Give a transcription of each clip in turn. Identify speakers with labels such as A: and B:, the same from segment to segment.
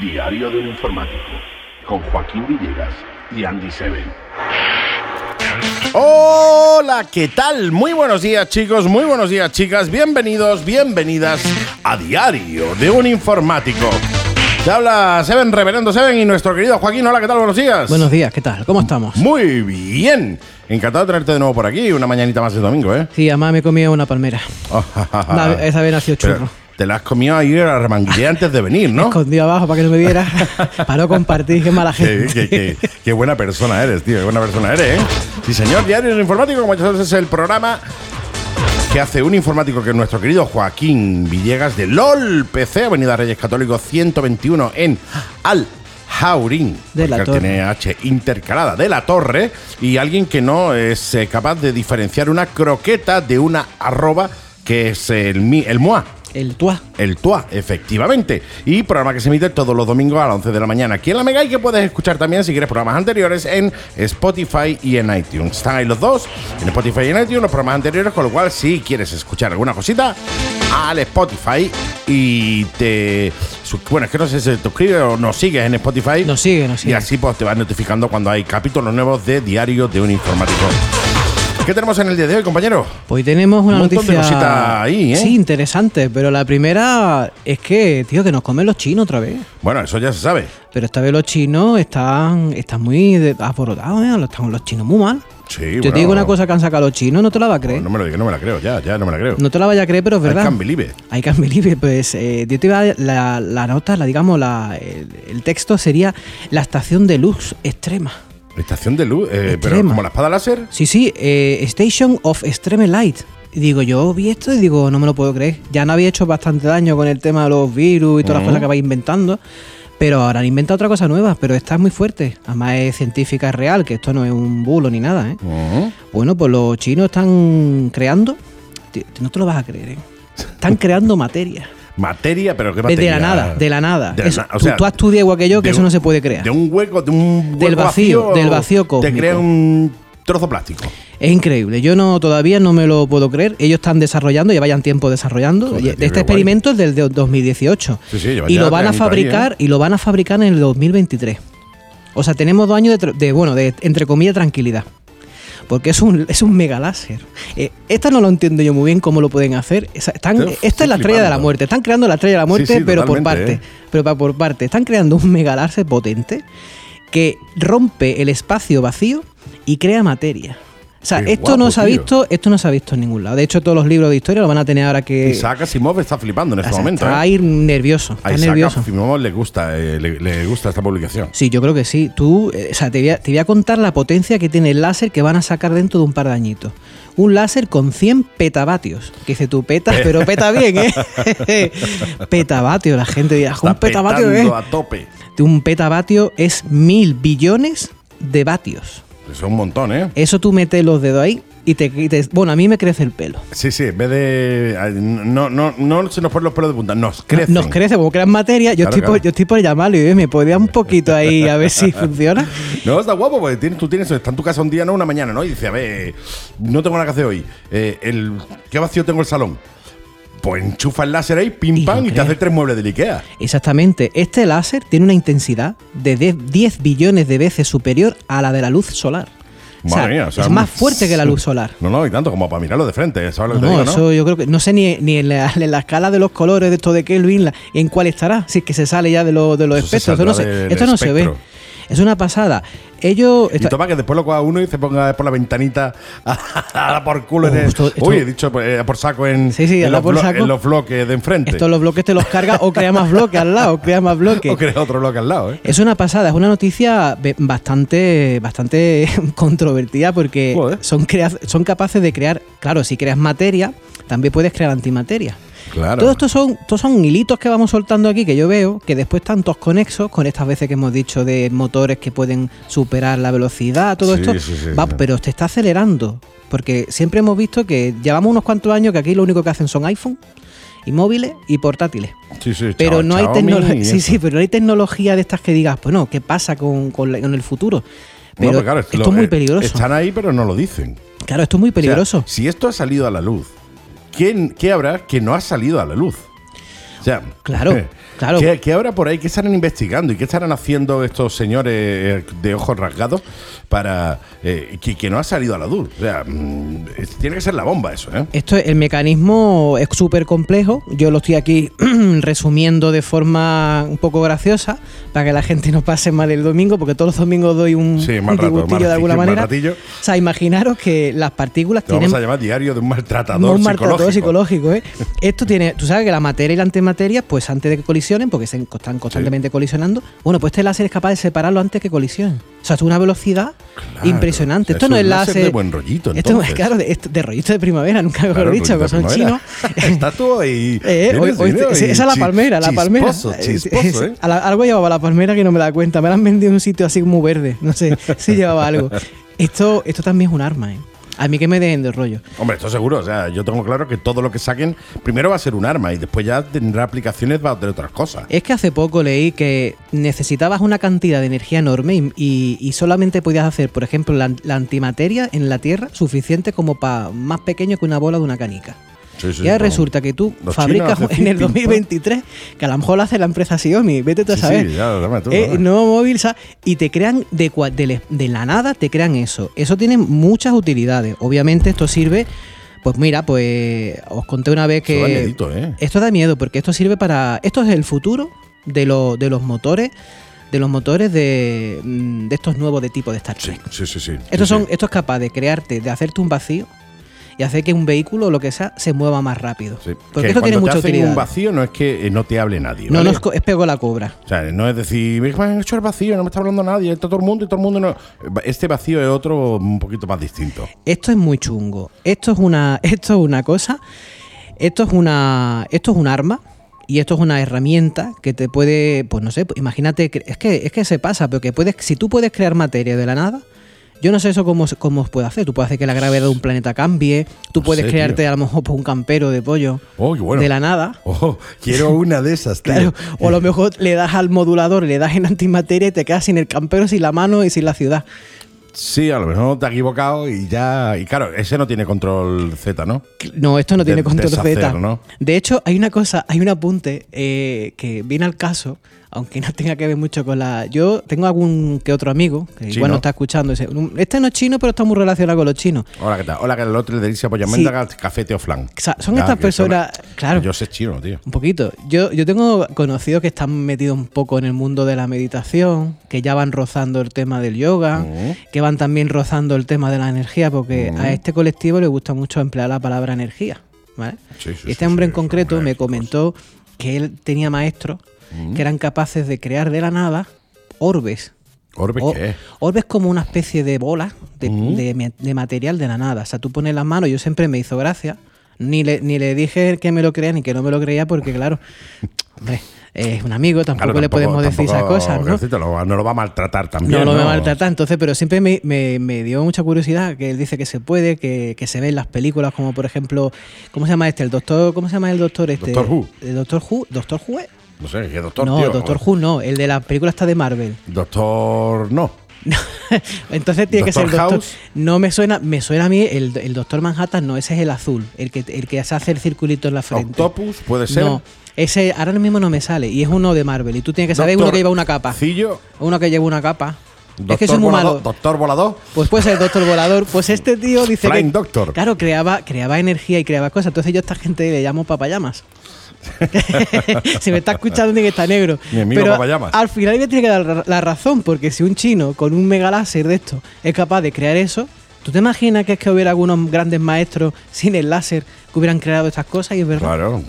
A: Diario de un informático con Joaquín Villegas y Andy Seven.
B: Hola, ¿qué tal? Muy buenos días chicos, muy buenos días chicas, bienvenidos, bienvenidas a Diario de un Informático. Te habla Seven, Reverendo Seven y nuestro querido Joaquín. Hola, ¿qué tal? Buenos días.
C: Buenos días, ¿qué tal? ¿Cómo estamos?
B: Muy bien. Encantado de tenerte de nuevo por aquí, una mañanita más de domingo, ¿eh?
C: Sí, además me he comido una palmera. Una- esa vez nació
B: Ah, Pero
C: churro.
B: te la has comido ayer a remanguilé antes de venir, ¿no?
C: Escondido abajo para que no me viera. para no compartir, qué mala
B: Qué,
C: gente.
B: qué- qué- qué buena persona eres, tío. Qué buena persona eres, ¿eh? Sí, señor. Diario del Informático, como ya sabes, es el programa que hace un informático que es nuestro querido Joaquín Villegas de LOL PC, Avenida Reyes Católicos 121 en Al Jaurín.
C: De la
B: Porque
C: Torre.
B: Tiene H intercalada de la torre y alguien que no es eh, capaz de diferenciar una croqueta de una arroba que es el, mi- el MOA.
C: El tuá.
B: El TUA, efectivamente. Y programa que se emite todos los domingos a las 11 de la mañana aquí en la Mega y que puedes escuchar también si quieres programas anteriores en Spotify y en iTunes. Están ahí los dos, en Spotify y en iTunes, los programas anteriores, con lo cual si quieres escuchar alguna cosita, al Spotify y te... su- Bueno, es que no sé si te suscribes o nos sigues en Spotify.
C: Nos sigue, nos sigue.
B: Y así pues te vas notificando cuando hay capítulos nuevos de Diario de un Informático. ¿Qué tenemos en el día de hoy, compañero?
C: Pues tenemos una
B: Un montón de
C: noticia.
B: cositas ahí, ¿eh?
C: Sí, interesante. Pero la primera es que, tío, que nos comen los chinos otra vez.
B: Bueno, eso ya se sabe.
C: Pero esta vez los chinos están, están muy de- alborotados, ¿eh? Están los chinos muy mal.
B: Sí,
C: Yo
B: bueno,
C: te digo una cosa que han sacado los chinos, no te la vas a creer.
B: Pues No me lo digas, no me la creo, ya, ya no me la creo.
C: No te la vayas a creer, pero es
B: I
C: verdad.
B: can't believe it.
C: Hay can believe, pues eh, yo te iba a la, la nota, la digamos, la, el, el texto sería la estación de luz extrema.
B: Estación de luz, eh, pero
C: Extrema.
B: como la espada láser.
C: Sí, sí, eh, Station of Extreme Light. Y Digo, yo vi esto y digo, no me lo puedo creer. Ya no había hecho bastante daño con el tema de los virus y todas las cosas que vais inventando. Pero ahora han inventado otra cosa nueva, pero esta es muy fuerte. Además es científica, es real, que esto no es un bulo ni nada, ¿eh?
B: Ujú.
C: Bueno, pues los chinos están creando. te- No te lo vas a creer, ¿eh? Están creando materia.
B: Materia, pero qué
C: Ve
B: materia.
C: De la nada, de la nada.
B: De la
C: Eso-
B: na- o
C: tú-
B: sea,
C: tú, has estudiado igual que yo que
B: de
C: eso
B: un-
C: no se puede crear.
B: De un hueco, de un hueco
C: Del vacío, del vacío
B: Te
C: cósmico.
B: crea un trozo plástico.
C: Es increíble. Yo no todavía no me lo puedo creer. Ellos están desarrollando, ya vayan tiempo desarrollando.
B: Joder,
C: Y-
B: tío, qué
C: este
B: guay.
C: experimento es del de 2018.
B: Sí, sí, lleva
C: y
B: ya
C: lo van
B: tres añitos
C: a
B: ahí, ¿eh?
C: fabricar y lo van a fabricar en el 2023. O sea, tenemos dos años de, tra- de, bueno, de entre comillas tranquilidad. Porque es un, es un megaláser. Eh, esta no lo entiendo yo muy bien cómo lo pueden hacer. Esa- están-
B: Uf,
C: esta
B: estoy
C: es la estrella de la
B: flipando.
C: muerte. Están creando la estrella de la muerte,
B: Sí, sí,
C: pero por
B: totalmente,
C: parte.
B: eh.
C: Pero pa- por parte. Están creando un megaláser potente que rompe el espacio vacío y crea materia. O sea,
B: Qué
C: esto
B: guapo,
C: no se ha
B: tío.
C: visto, esto no se ha visto en ningún lado. De hecho, todos los libros de historia lo van a tener ahora que.
B: Isaac Asimov está flipando en
C: o
B: este
C: sea,
B: momento.
C: Eh, está
B: ¿eh?
C: ahí nervioso.
B: A
C: Está
B: Isaac
C: nervioso.
B: Asimov le gusta, eh, le, le gusta esta publicación.
C: Sí, yo creo que sí. Tú, eh, o sea, te voy, a, te voy a contar la potencia que tiene el láser que van a sacar dentro de un par de añitos. Un láser con 100 petavatios. Que dice tú petas, pero peta bien, ¿eh? petavatios, la gente dirá,
B: Está
C: un petavatio
B: petando
C: ¿eh?
B: a tope.
C: Un petavatio es mil billones de vatios.
B: Eso es un montón, ¿eh?
C: Eso tú metes los dedos ahí y te, y te- Bueno, a mí me crece el pelo.
B: Sí, sí, en vez de. ay, No, no, no se nos ponen los pelos de punta, nos crecen.
C: Nos crece, como crean materia. Yo,
B: Claro,
C: estoy Por,
B: claro.
C: yo estoy por llamarlo y digo, me podía un poquito ahí a ver si funciona.
B: No, está guapo, porque tienes, tú tienes, está en tu casa un día, no una mañana, ¿no? Y dice, a ver, no tengo nada que hacer hoy. Eh, el, ¿Qué vacío tengo el salón? Pues enchufa el láser ahí, pim
C: Y lo
B: pam, y te
C: crea.
B: hace tres muebles del Ikea. Exactamente.
C: Exactamente. Este láser tiene una intensidad de 10 10 billones de veces superior a la de la luz solar. O sea,
B: Madre mía, o sea, mm,
C: es más fuerte que la luz solar.
B: No, no, y tanto como para mirarlo de frente, ¿sabes lo
C: No,
B: que te digo, no?
C: eso yo creo que no sé ni, ni en, la, en la escala de los colores de esto de Kelvin la- en cuál estará, si es que se sale ya de, lo- de los
B: Eso se
C: espectros, esto no,
B: saldrá
C: se,
B: del
C: esto no se ve.
B: espectro.
C: Es una pasada. Ellos
B: Y
C: esta-
B: toma que después lo coja uno y se ponga por la ventanita a dar por culo en
C: Oh,
B: el-
C: esto- esto-
B: Uy, he dicho eh, por saco en,
C: Sí, sí, a
B: en,
C: la
B: los,
C: por
B: blo-
C: saco.
B: en los bloques de enfrente.
C: estos los bloques te los carga o crea más bloques al lado, crea más bloques.
B: O crea otro bloque al lado, ¿eh?
C: Es una pasada, es una noticia be- bastante, bastante controvertida porque
B: Joder.
C: son, crea- son capaces de crear, claro, si creas materia, también puedes crear antimateria.
B: Claro.
C: Todo esto son, todos son hilitos que vamos soltando aquí que yo veo, que después tantos conexos con estas veces que hemos dicho de motores que pueden superar la velocidad, todo
B: Sí,
C: esto,
B: sí, sí,
C: va-
B: sí.
C: pero te está acelerando. Porque siempre hemos visto que llevamos unos cuantos años que aquí lo único que hacen son iPhone y móviles y portátiles.
B: Sí, sí,
C: Pero
B: chao-
C: no hay
B: Xiaomi y
C: tecnología. Sí,
B: eso.
C: sí, pero no hay tecnología de estas que digas, bueno, ¿qué pasa con, con la- con el futuro? Pero
B: No, pero claro,
C: esto
B: lo-
C: es muy
B: eh,
C: peligroso.
B: Están ahí, pero no lo dicen.
C: Claro, esto es muy
B: O sea,
C: peligroso.
B: si esto ha salido a la luz, ¿quién, ¿qué habrá que no ha salido a la luz? O sea, eh,
C: Claro, claro.
B: ¿qué, qué habrá por ahí? ¿Qué estarán investigando? ¿Y qué estarán haciendo estos señores eh, de ojos rasgados para eh, que, que no ha salido a la luz? O sea, mm, es- tiene que ser la bomba eso, ¿eh?
C: Esto, el mecanismo es súper complejo. Yo lo estoy aquí resumiendo de forma un poco graciosa para que la gente no pase mal el domingo, porque todos los domingos doy un,
B: Sí,
C: un
B: mal rato,
C: disgustillo
B: mal
C: de alguna
B: ratillo, mal
C: manera.
B: ratillo.
C: O sea, imaginaros que las partículas
B: Te vamos a
C: tienen
B: llamar diario de un maltratador
C: un
B: psicológico.
C: marcador psicológico. ¿eh? Esto tiene, tú sabes que la materia y la antimateria, pues antes de que colisionen, porque se enco- están constantemente colisionando, bueno, pues este láser es capaz de separarlo antes que colisionen. O sea, es una velocidad
B: Claro, o
C: impresionante.
B: sea,
C: Esto
B: es
C: no
B: un
C: es
B: láser
C: láser
B: de buen rollito,
C: Esto
B: entonces.
C: es claro, de, de rollito de primavera, nunca mejor
B: Claro,
C: dicho, porque
B: bonita
C: son
B: primavera.
C: chinos.
B: Está tú ahí.
C: Eh,
B: Vienes
C: hoy-
B: de
C: hoy-
B: nuevo
C: esa
B: y
C: es la
B: chi-
C: palmera, la palmera.
B: Chisposo, chisposo, ¿eh?
C: A la- algo llevaba la palmera que no me da cuenta. Me la han vendido en un sitio así muy verde. No sé si llevaba algo. Esto, esto también es un arma, ¿eh? A mí que me dejen de rollo.
B: Hombre, esto seguro. O sea, yo tengo claro que todo lo que saquen primero va a ser un arma y después ya tendrá aplicaciones para hacer otras cosas.
C: Es que hace poco leí que necesitabas una cantidad de energía enorme y, y- y solamente podías hacer, por ejemplo, la, la antimateria en la Tierra suficiente como para más pequeño que una bola de una canica.
B: Sí, sí,
C: y ahora
B: no.
C: resulta que tú
B: Los
C: fabricas
B: chinos hacen
C: en el
B: pim, pim, pam.
C: 2023, que a lo mejor lo hace la empresa Xiaomi, vete tú a
B: Sí,
C: saber.
B: sí, ya, dame tú,
C: Eh,
B: dame.
C: nuevo móvil, sa- y te crean de, cua- de, le- de la nada, te crean eso. Eso tiene muchas utilidades. Obviamente esto sirve, pues mira, pues os conté una vez
B: Eso
C: que...
B: da miedito, ¿eh?
C: Esto da miedo porque esto sirve para... Esto es el futuro de, lo- de los motores, de los motores de, mm, de estos nuevos de tipo de Star
B: Sí,
C: Trek.
B: sí, sí. sí.
C: Esto,
B: Sí,
C: son,
B: sí.
C: esto es capaz de crearte, de hacerte un vacío y hacer que un vehículo o lo que sea se mueva más rápido.
B: Sí.
C: Porque
B: Que
C: esto tiene
B: cuando
C: mucha
B: te hacen
C: utilidad.
B: un vacío no es que eh, no te hable nadie.
C: No
B: ¿vale?
C: nos co- es pego la cobra.
B: O sea, no es decir, me han hecho el vacío, no me está hablando nadie, está todo el mundo y todo el mundo no. Este vacío es otro un poquito más distinto.
C: Esto es muy chungo. Esto es una, esto es una cosa. Esto es una, esto es un arma y esto es una herramienta que te puede, pues no sé, pues imagínate, que- es que es que se pasa, pero que puedes, si tú puedes crear materia de la nada. Yo no sé eso cómo, se- cómo puede hacer. Tú puedes hacer que la gravedad de un planeta cambie. Tú
B: No
C: puedes
B: sé,
C: crearte
B: tío.
C: a lo mejor pues, un campero de pollo
B: Oh, qué bueno.
C: de la nada.
B: Oh, quiero una de esas, tío. Eh,
C: Claro, o a lo mejor le das al modulador, le das en antimateria y te quedas sin el campero, sin la mano y sin la ciudad.
B: Sí, a lo mejor te has equivocado y ya. Y claro, ese no tiene control Z, ¿no?
C: No, esto no
B: De-
C: tiene control
B: deshacer,
C: Z.
B: ¿no?
C: De hecho, hay una cosa, hay un apunte eh, que viene al caso, aunque no tenga que ver mucho con la. Yo tengo algún que otro amigo que
B: Chino.
C: igual no está escuchando. dice, este no es chino, pero está muy relacionado con los chinos.
B: Hola, ¿qué tal? Hola, ¿qué tal? El otro "Pues delicia Pollaméndaga, café o flan.
C: O sea, son
B: Ya,
C: estas
B: que son-
C: personas. Claro.
B: Yo sé chino, tío.
C: Un poquito. Yo, yo tengo conocidos que están metidos un poco en el mundo de la meditación, que ya van rozando el tema del yoga,
B: Oh. Mm.
C: que van también rozando el tema de la energía, porque a este colectivo le gusta mucho emplear la palabra energía. ¿vale?
B: Sí, sí,
C: Y
B: sí,
C: este hombre
B: sí,
C: en
B: son
C: concreto me
B: maestros.
C: comentó que él tenía maestros que eran capaces de crear de la nada orbes.
B: ¿Orbe
C: O-
B: qué es?
C: Orbes como una especie de bola de, de ma- de material de la nada. O sea, tú pones las manos, yo siempre me hizo gracia. Ni le, ni le dije que me lo creía ni que no me lo creía, porque claro, hombre, es un amigo, tampoco,
B: Claro,
C: le podemos decir esas
B: tampoco-
C: cosas, ¿no?
B: que te lo- no lo va a maltratar también.
C: No lo me maltrata, entonces, pero siempre me, me- me dio mucha curiosidad que él dice que se puede, que, que se ve en las películas, como por ejemplo, ¿cómo se llama este? El doctor, ¿cómo se llama el doctor este?
B: Doctor Who.
C: El doctor Who, Doctor Who. es?
B: No sé, ¿qué doctor,
C: no,
B: tío?
C: Doctor Who no, el de la película está de Marvel.
B: Doctor, no.
C: Entonces tiene que ser el
B: Doctor
C: doctor.
B: House.
C: No me suena, me suena a mí el, el doctor Manhattan, no, ese es el azul, el que, el que se hace el circulito en la frente.
B: Octopus, puede ser.
C: No, ese ahora mismo no me sale y es uno de Marvel y tú tienes que saber uno
B: Doctor
C: que lleva una capa.
B: Cillo,
C: Uno que lleva una capa.
B: doctor
C: es que soy muy
B: volador,
C: malo.
B: Doctor volador.
C: Pues puede ser Doctor Volador. Pues este tío dice
B: Flying
C: que.
B: Doctor.
C: Claro, creaba, creaba energía y creaba cosas. Entonces yo a esta gente le llamo papayamas. si me está escuchando, tiene que está negro.
B: Mi amigo
C: Pero
B: papayamas.
C: Al final me tiene que dar ra- la razón, porque si un chino con un megalaser de esto es capaz de crear eso, ¿tú te imaginas que es que hubiera algunos grandes maestros sin el láser que hubieran creado estas cosas? Y es verdad.
B: Claro.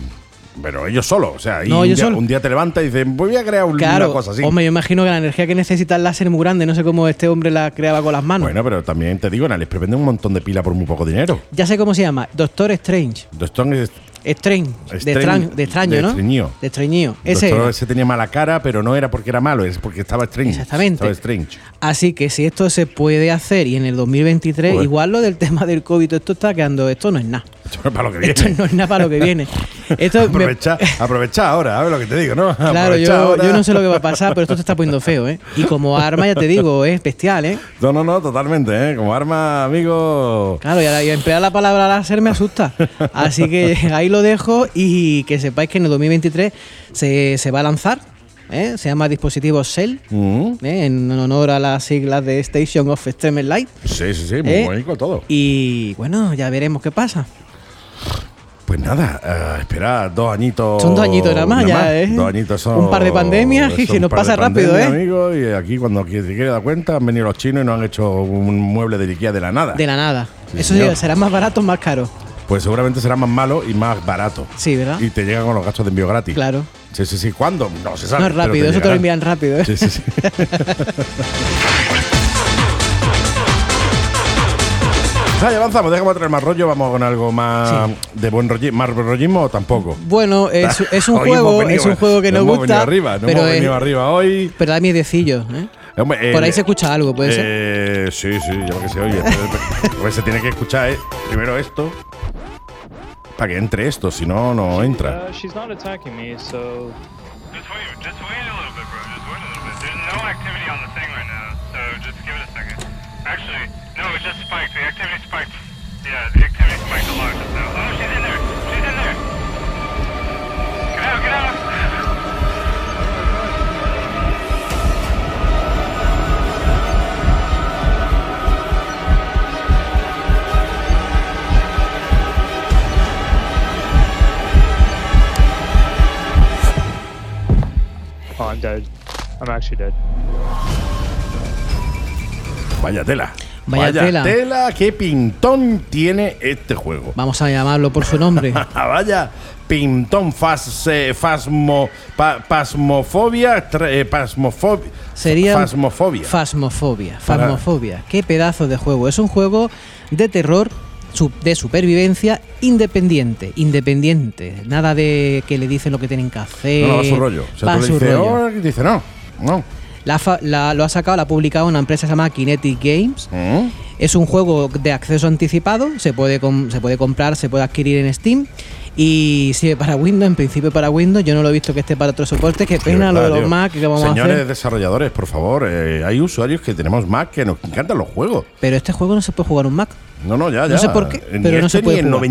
B: Pero ellos solos. O sea, y
C: No,
B: un,
C: ellos
B: día,
C: solos.
B: un día te levantas y dices, voy a crear un- una cosa así.
C: hombre, yo imagino que la energía que necesita el láser es muy grande. No sé cómo este hombre la creaba con las manos.
B: Bueno, pero también te digo, en Aliexpress venden un montón de pilas por muy poco dinero.
C: Ya sé cómo se llama. Doctor Strange.
B: Doctor es-
C: Estreñ, de,
B: Estreñ-
C: estran- de extraño,
B: de
C: ¿no?
B: estreñío.
C: De estreñío. Ese
B: Doctor
C: era.
B: ese tenía mala cara, pero no era porque era malo, es porque estaba strange.
C: Exactamente.
B: Estaba strange.
C: Así que si esto se puede hacer y en el 2023,
B: Joder.
C: igual lo del tema del COVID, esto está quedando, esto no es nada.
B: Esto es para lo que
C: Esto
B: viene.
C: no es nada para lo que viene. Esto me-
B: aprovecha, aprovecha ahora, ¿sabes lo que te digo, no?
C: Claro,
B: Aprovecha
C: yo,
B: ahora.
C: yo no sé lo que va a pasar, pero esto te está poniendo feo, ¿eh? Y como arma, ya te digo, es bestial, ¿eh?
B: No, no, no, totalmente, ¿eh? Como arma, amigo.
C: Claro, y, ahora- y emplear la palabra láser me asusta. Así que ahí lo dejo y que sepáis que en el 2023 se, se va a lanzar. ¿eh? Se llama dispositivo Cell,
B: Mm.
C: ¿eh? en honor a las siglas de Station of Extreme Light.
B: Sí, sí, sí, muy
C: ¿Eh?
B: bonito todo.
C: Y bueno, ya veremos qué pasa.
B: Pues nada, eh, espera, dos añitos.
C: Son dos añitos nada más, ya, ¿eh?
B: Dos añitos son.
C: Un par de pandemias,
B: son
C: que
B: un
C: nos
B: par de
C: pasa rápido,
B: pandemias,
C: ¿eh?
B: Amigo, y aquí, cuando qui- se quiere dar cuenta, han venido los chinos y nos han hecho un mueble de Ikea de la nada.
C: De la nada.
B: Sí,
C: Eso
B: señor.
C: será más barato o más caro.
B: Pues seguramente será más malo y más barato.
C: Sí, ¿verdad?
B: Y te llegan con los gastos de envío gratis.
C: Ah. Claro.
B: Sí, sí, sí. ¿Cuándo? No se sabe.
C: No es
B: pero
C: rápido, eso te lo
B: llegará.
C: envían rápido. ¿eh?
B: Sí, sí, sí. Vale, avanzamos, déjame traer más rollo, vamos con algo más de buen rollismo, más rollismo o tampoco.
C: Bueno, es, es un
B: Hoy hemos
C: juego,
B: venido-
C: es un juego que
B: no
C: nos
B: hemos
C: gusta.
B: Venido arriba, no
C: pero
B: hemos
C: es-
B: venido arriba hoy.
C: pero da miedecillo, ¿eh?
B: Hombre,
C: Por
B: eh,
C: ahí se escucha algo, ¿puede ser?
B: eh, Sí, sí, yo creo que se oye. pero- pero- pues se tiene que escuchar eh, primero esto para que entre esto, si no, no entra.
D: Uh, she's not attacking me, so
E: Just wait, just wait a little bit, bro. Just wait a little bit. There's no activity on the thing right now, so just give it a second. Actually, no, it just spiked. The activity spiked. Yeah, the activity spiked a lot just now. Oh, she's in there. She's in there. Get out, get out.
D: oh, I'm dead. I'm actually dead.
B: Vaya tela.
C: Vaya tela.
B: qué pintón tiene este juego.
C: Vamos a llamarlo por su nombre.
B: Ah, vaya pintón fas, eh, fasmo, pa- pasmofobia, tra- eh, pasmofobia.
C: Sería
B: Fasmofobia.
C: Fasmofobia.
B: Para-
C: Fasmofobia. Qué pedazo de juego. Es un juego de terror, su- de supervivencia independiente. Independiente. Nada de que le dicen lo que tienen que hacer.
B: no, no, va su rollo. O sea,
C: eh, va
B: tú le
C: su
B: dices,
C: rollo.
B: "Oh", y dice, no, no.
C: La fa- la- lo ha sacado, la ha publicado una empresa que se llama Kinetic Games.
B: Mm.
C: Es un juego de acceso anticipado, se puede, com- se puede comprar, se puede adquirir en Steam. Y sirve para Windows, en principio para Windows. Yo no lo he visto que esté para otro soporte. Qué
B: De
C: pena
B: verdad,
C: lo de
B: tío.
C: los Mac que vamos
B: Señores
C: a hacer.
B: desarrolladores, por favor, eh, hay usuarios que tenemos Mac que nos encantan los juegos.
C: Pero este juego no se puede jugar en un Mac.
B: No, no, ya, ya.
C: No sé por qué,
B: Ni
C: pero no
B: este
C: se puede
B: ni el
C: jugar.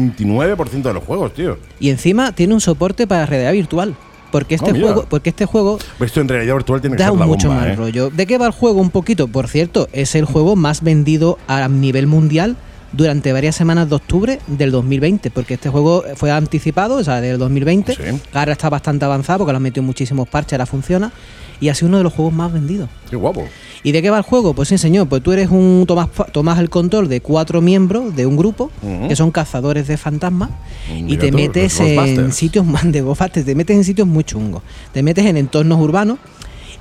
B: 99% de los juegos, tío.
C: Y encima tiene un soporte para realidad virtual. Porque este
B: Ah, mira.
C: juego, porque este juego
B: Esto en realidad virtual tiene que
C: da
B: ser la
C: mucho
B: bomba,
C: mal
B: ¿eh?
C: rollo. ¿De qué va el juego un poquito? Por cierto, es el juego más vendido a nivel mundial durante varias semanas de octubre del 2020, porque este juego fue anticipado, o sea, del 2020.
B: Sí.
C: Ahora está bastante avanzado porque lo han metido en muchísimos parches, ahora funciona. Y ha sido uno de los juegos más vendidos.
B: Qué guapo.
C: ¿Y de qué va el juego? Pues sí, señor, pues tú eres un. tomas, fa- tomas el control de cuatro miembros de un grupo
B: Ujú. Mm,
C: que son cazadores de fantasmas y
B: Mira
C: te
B: tú,
C: metes
B: los Ghostbusters.
C: en sitios más de gofastes, te metes en sitios muy chungos, te metes en entornos urbanos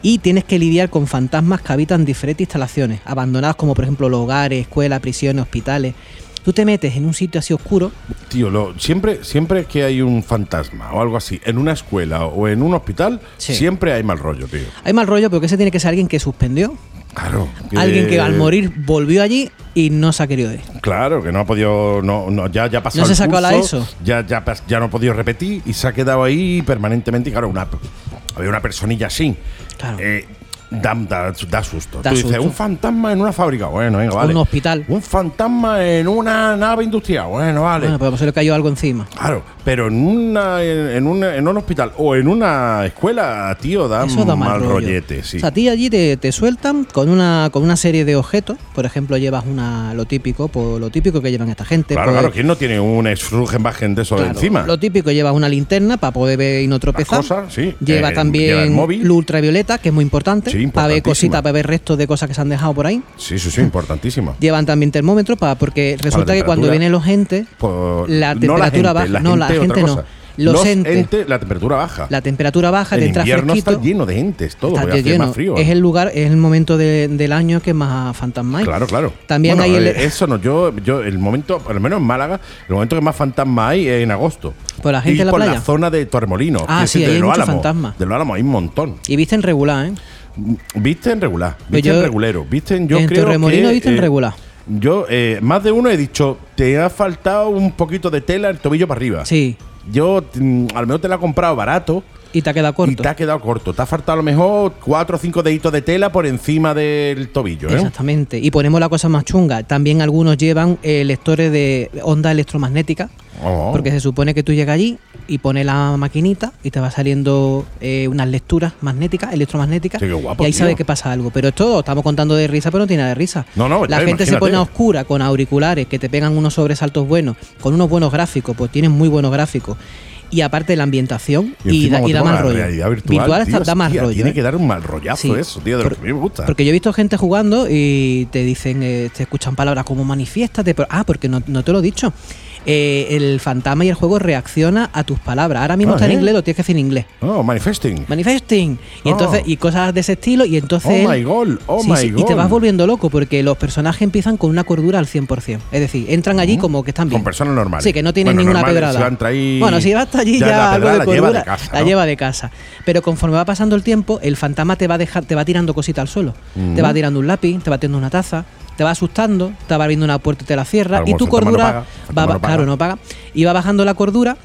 C: y tienes que lidiar con fantasmas que habitan diferentes instalaciones, abandonadas como por ejemplo los hogares, escuelas, prisiones, hospitales. Tú te metes en un sitio así oscuro,
B: Tío, lo- siempre, siempre que hay un fantasma o algo así en una escuela o en un hospital,
C: Sí.
B: siempre hay mal rollo, tío.
C: hay mal rollo porque ese tiene que ser alguien que suspendió,
B: Claro. eh,
C: alguien que al morir volvió allí y no se ha querido ir.
B: Claro, que no ha podido. No, no, ya, ya ha pasado.
C: No se
B: el
C: sacó la
B: curso,
C: ESO.
B: Ya, ya, pas- ya no ha podido repetir y se ha quedado ahí permanentemente. Y claro, una, había una personilla así.
C: Claro.
B: Eh, da, da- da susto.
C: Da
B: Tú dices,
C: susto.
B: un fantasma en una fábrica. Bueno, venga, vale.
C: un hospital.
B: Un fantasma en una nave industrial. Bueno, vale.
C: Bueno, pues se le cayó algo encima.
B: Claro, pero en una en, en un, en un hospital o en una escuela, tío, da,
C: Eso da mal rollo.
B: rollete, sí.
C: O sea, a ti allí te, te sueltan con una, con una serie de objetos. Por ejemplo, llevas una lo típico, pues, lo típico que llevan esta gente.
B: claro,
C: pues,
B: claro, ¿quién no tiene un exfrugenbagen de eso
C: claro,
B: encima?
C: Lo típico, llevas una linterna para poder ver y no tropezar.
B: cosas, sí.
C: Lleva
B: Eh,
C: también
B: lleva el móvil.
C: luz ultravioleta, que es muy importante.
B: Sí,
C: para ver
B: importantísima.
C: cositas, para ver restos de cosas que se han dejado por ahí.
B: Sí, sí, sí, importantísimo.
C: Llevan también termómetros para, porque resulta que cuando
B: temperatura.
C: vienen los entes,
B: Por-
C: la
B: no
C: temperatura
B: gente,
C: baja. no, la
B: gente, otra
C: gente no.
B: cosa.
C: Los, entes,
B: entes, la temperatura baja.
C: la temperatura baja,
B: el
C: te entra
B: invierno
C: fresquito.
B: está lleno de entes, todo,
C: Está
B: porque hace
C: lleno.
B: más frío.
C: Es el lugar, es el momento de- del año que más fantasma hay.
B: Claro, claro.
C: También
B: Bueno,
C: hay el-
B: eh, Eso no, yo, yo, el momento, por lo menos en Málaga, el momento que más fantasma hay es en agosto.
C: Por la gente
B: y
C: en la
B: por la
C: playa.
B: zona de Torremolino.
C: Ah,
B: que es
C: sí, ahí
B: de
C: hay
B: Los
C: mucho
B: Álamos.
C: fantasma.
B: De los Álamos hay un montón.
C: Y viste en regular, ¿eh?
B: Viste en regular, viste
C: Pues yo-
B: en regulero, viste en yo
C: en
B: creo
C: Torremolino
B: que,
C: viste en
B: eh,
C: regular.
B: Yo, eh, más de uno he dicho, te ha faltado un poquito de tela el tobillo para arriba.
C: Sí.
B: Yo, mm, a lo mejor te la he comprado barato.
C: Y te ha quedado corto.
B: Y te ha quedado corto. Te ha faltado a lo mejor cuatro o cinco deditos de tela por encima del tobillo, ¿eh?
C: Exactamente. Y ponemos la cosa más chunga. También algunos llevan eh, lectores de onda electromagnética.
B: Oh.
C: Porque se supone que tú llegas allí y pones la maquinita y te va saliendo eh, unas lecturas magnéticas, electromagnéticas.
B: Sí, qué guapo,
C: y ahí
B: tío.
C: sabes que pasa algo. Pero es todo. Estamos contando de risa, pero no tiene nada de risa.
B: No, no,
C: La
B: claro,
C: gente se
B: imagínate.
C: pone a oscura con auriculares que te pegan unos sobresaltos buenos, con unos buenos gráficos, pues tienen muy buenos gráficos. Y aparte la ambientación
B: Y,
C: y,
B: encima
C: da,
B: como
C: y
B: te
C: da
B: pongo
C: más
B: la
C: rollo.
B: realidad virtual,
C: hasta
B: tío,
C: da más
B: hostia,
C: rollo.
B: Tiene
C: ¿eh?
B: que dar un mal rollazo
C: Sí.
B: eso, tío, de lo
C: Por-
B: que a mí me gusta.
C: Porque yo he visto gente jugando y te dicen, eh, te escuchan palabras como manifiéstate, pero, ah, porque no, no te lo he dicho. Eh, el fantasma y el juego reacciona a tus palabras. Ahora mismo
B: Ah,
C: está
B: ¿eh?
C: en inglés, lo tienes que decir en inglés.
B: Oh, manifesting.
C: Manifesting. Y
B: Oh.
C: entonces, y cosas de ese estilo, y entonces.
B: Oh my
C: él-
B: God, oh
C: Sí,
B: my
C: sí, Y
B: God.
C: te vas volviendo loco porque los personajes empiezan con una cordura al 100%. Es decir, entran allí como que están bien.
B: Con personas normales.
C: Sí, que no tienen
B: Bueno,
C: ninguna
B: normales,
C: pedrada.
B: si van traí-
C: Bueno, si va hasta allí
B: ya
C: ya,
B: la
C: algo
B: pedrada
C: de
B: la lleva
C: cordura,
B: de casa,
C: la
B: ¿no?
C: lleva de casa. Pero conforme va pasando el tiempo, el fantasma te va a dejar, te va tirando cositas al suelo. Te va tirando un lápiz, te va tirando una taza. Te va asustando, te va abriendo una puerta y te la cierra.
B: Claro,
C: y
B: como
C: tu
B: el fantasma no
C: cordura
B: paga, el
C: va,
B: fantasma no paga.
C: claro, no paga. Y va bajando la cordura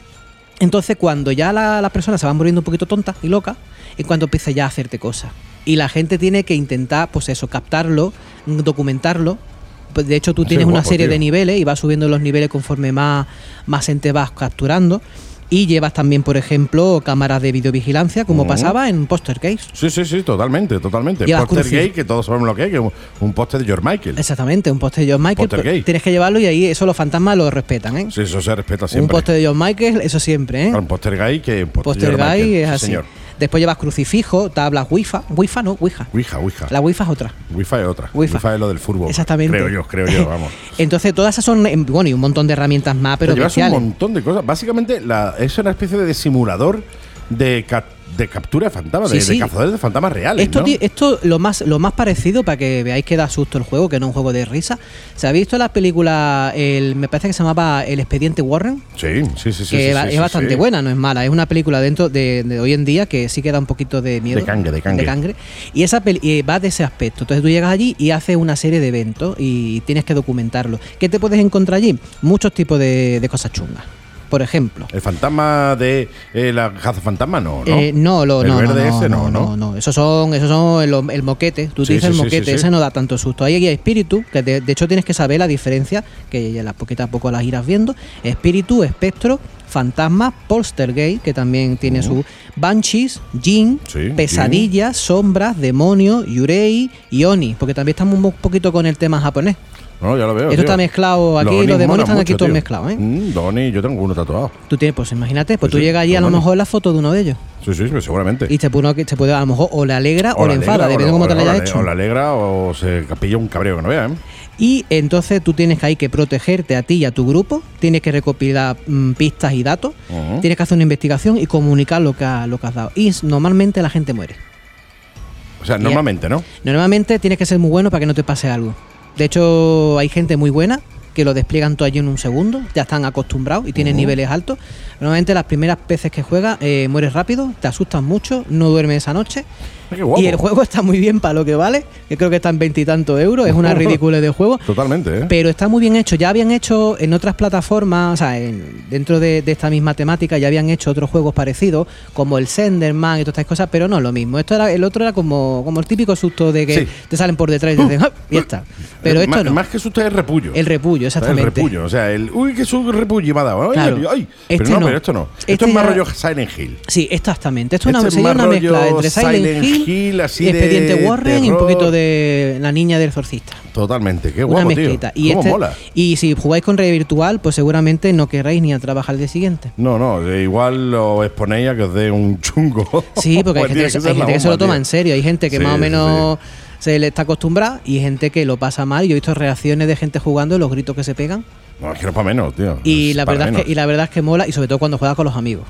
C: entonces, cuando ya la- las personas se van volviendo un poquito tontas y locas, es cuando empieza ya a hacerte cosas. Y la gente tiene que intentar, pues eso, captarlo, mm, documentarlo. Pues, De hecho, tú
B: Eso
C: tienes
B: es
C: una
B: guapo,
C: serie
B: tío.
C: de niveles y vas subiendo los niveles conforme más, más gente vas capturando. Y llevas también, por ejemplo, cámaras de videovigilancia, como
B: Mm.
C: pasaba en Poster Case.
B: Sí, sí, sí, totalmente, totalmente.
C: Llevas
B: Póster
C: crucis.
B: gay, que todos sabemos lo que es, que es un- un póster de George Michael.
C: Exactamente, un póster de John Michael.
B: Poster
C: pero
B: Case.
C: Tienes que llevarlo y ahí eso los fantasmas lo respetan, ¿eh?
B: Sí, eso se respeta
C: un
B: siempre.
C: póster de John Michael, eso siempre, ¿eh?
B: Claro, Un póster gay que un póster de
C: Poster
B: George
C: Guy
B: Michael.
C: es
B: Sí,
C: así.
B: señor.
C: Después llevas crucifijo, tablas wifa. Wifa no, Ouija.
B: Ouija, Ouija.
C: La wifa es otra.
B: Wifa es otra.
C: Wifa.
B: Wifa es lo del fútbol.
C: Exactamente.
B: Creo yo, creo yo, vamos.
C: Entonces, todas esas son. em, Bueno, y un montón de herramientas más, pero
B: Pero llevas un
C: bestiales.
B: montón de cosas. Básicamente la, es una especie de simulador de, ca- de captura de fantasmas,
C: Sí,
B: de, de
C: sí.
B: cazadores de fantasmas reales.
C: Esto,
B: ¿no?
C: ti- esto lo más lo más parecido para que veáis que da susto el juego, que no es un juego de risa. ¿Se ha visto la película, el, me parece que se llamaba El Expediente Warren?
B: Sí, sí, sí, sí.
C: que
B: sí,
C: va-
B: sí,
C: es
B: sí,
C: bastante
B: sí.
C: buena, no es mala. Es una película dentro de, de hoy en día que sí que da un poquito de miedo.
B: De cangre, de cangre.
C: Y esa peli eh, va de ese aspecto. Entonces tú llegas allí y haces una serie de eventos y tienes que documentarlo. ¿Qué te puedes encontrar allí? Muchos tipos de, de cosas chungas. Por ejemplo.
B: El fantasma de eh, la caza fantasma no, ¿no?
C: eh, no, lo,
B: el
C: no, no,
B: verde
C: no,
B: ese
C: no, no, no. Esos son, esos son el, el moquete. Tú
B: Sí, sí,
C: dices el
B: sí,
C: moquete,
B: sí, sí.
C: ese no da tanto susto. Ahí hay espíritu, que de, de hecho tienes que saber la diferencia, que ya la, poquito a poco las irás viendo. Espíritu, espectro, fantasma, poltergeist, que también tiene su banshees, jin,
B: Uh. Sí,
C: pesadillas, sombras, demonio, yurei y oni, porque también estamos un poquito con el tema japonés.
B: No, ya lo veo.
C: Esto
B: tío.
C: está mezclado aquí,
B: Oni
C: los demonios
B: molan
C: están aquí
B: mucho,
C: todos
B: tío.
C: mezclados, ¿eh?
B: Mm, los Oni, yo tengo uno tatuado.
C: Tú tienes, pues imagínate, pues
B: Sí,
C: tú
B: sí,
C: llegas allí a lo
B: demonios.
C: mejor la foto de uno de ellos.
B: Sí, sí, sí, seguramente.
C: Y te, pone- te puede a lo mejor o le alegra Ah, o,
B: la
C: le enfada,
B: alegra,
C: depende de
B: o
C: cómo
B: la-
C: te lo
B: o la
C: hayas
B: ale-
C: hecho.
B: O la alegra o se pilla un cabreo que no vea, ¿eh?
C: Y entonces tú tienes que ahí que protegerte a ti y a tu grupo, tienes que recopilar mm, pistas y datos,
B: Ujú.
C: tienes que hacer una investigación y comunicar lo que, ha- lo que has dado. Y s- normalmente la gente muere.
B: O sea, normalmente, ¿no?
C: Normalmente tienes que ser muy bueno para que no te pase algo. De hecho, hay gente muy buena que lo despliegan todo allí en un segundo, ya están acostumbrados y tienen niveles altos. Normalmente las primeras veces que juegas eh, mueres rápido, te asustan mucho, no duermes esa noche.
B: Qué guapo.
C: Y el juego está muy bien para lo que vale, que creo que está en veintitantos euros, es una ridícula de juego.
B: Totalmente, ¿eh?
C: Pero está muy bien hecho. Ya habían hecho en otras plataformas, o sea, en- dentro de, de esta misma temática, ya habían hecho otros juegos parecidos, como el Senderman y todas estas cosas, pero no es lo mismo. Esto era, el otro era como, como el típico susto de que
B: Sí. Uh,
C: te salen por detrás y te dicen, ¡ah! Y ya está. Pero
B: Eh,
C: esto
B: más,
C: no.
B: más que susto es repullo.
C: El repullo, exactamente.
B: El repullo, o sea, el uy, que su repullo me ha dado. Ay,
C: Claro.
B: ay, ay. pero
C: Este
B: no,
C: no.
B: pero esto no. esto
C: Este
B: es más
C: ya-
B: rollo Silent Hill.
C: Sí, exactamente. Esto es una,
B: Este es
C: sería
B: más
C: una
B: rollo
C: mezcla entre Silent,
B: Silent
C: Hill,
B: Hill, así de
C: Expediente Warren y un
B: terror.
C: poquito de La Niña del Exorcista.
B: Totalmente, qué
C: Una
B: guapo, tío.
C: mezclita. Y,
B: ¿Cómo
C: este-
B: mola?
C: y si jugáis con red virtual, pues seguramente no querréis ni a trabajar el día siguiente.
B: No, no, eh, igual lo exponéis a que os dé un chungo.
C: Sí, porque hay
B: Pues
C: gente,
B: tiene
C: que, se-
B: ser
C: hay
B: la
C: gente que se
B: bomba,
C: lo toma
B: tío.
C: en serio, hay gente que
B: Sí,
C: más o
B: sí,
C: menos se le está acostumbrada y gente que lo pasa mal. Yo he visto reacciones de gente jugando y los gritos que se pegan.
B: No, es que no es para menos, tío.
C: Y
B: Es
C: la,
B: Pues para
C: verdad es que,
B: menos.
C: y la verdad es que mola, y sobre todo cuando juegas con los amigos.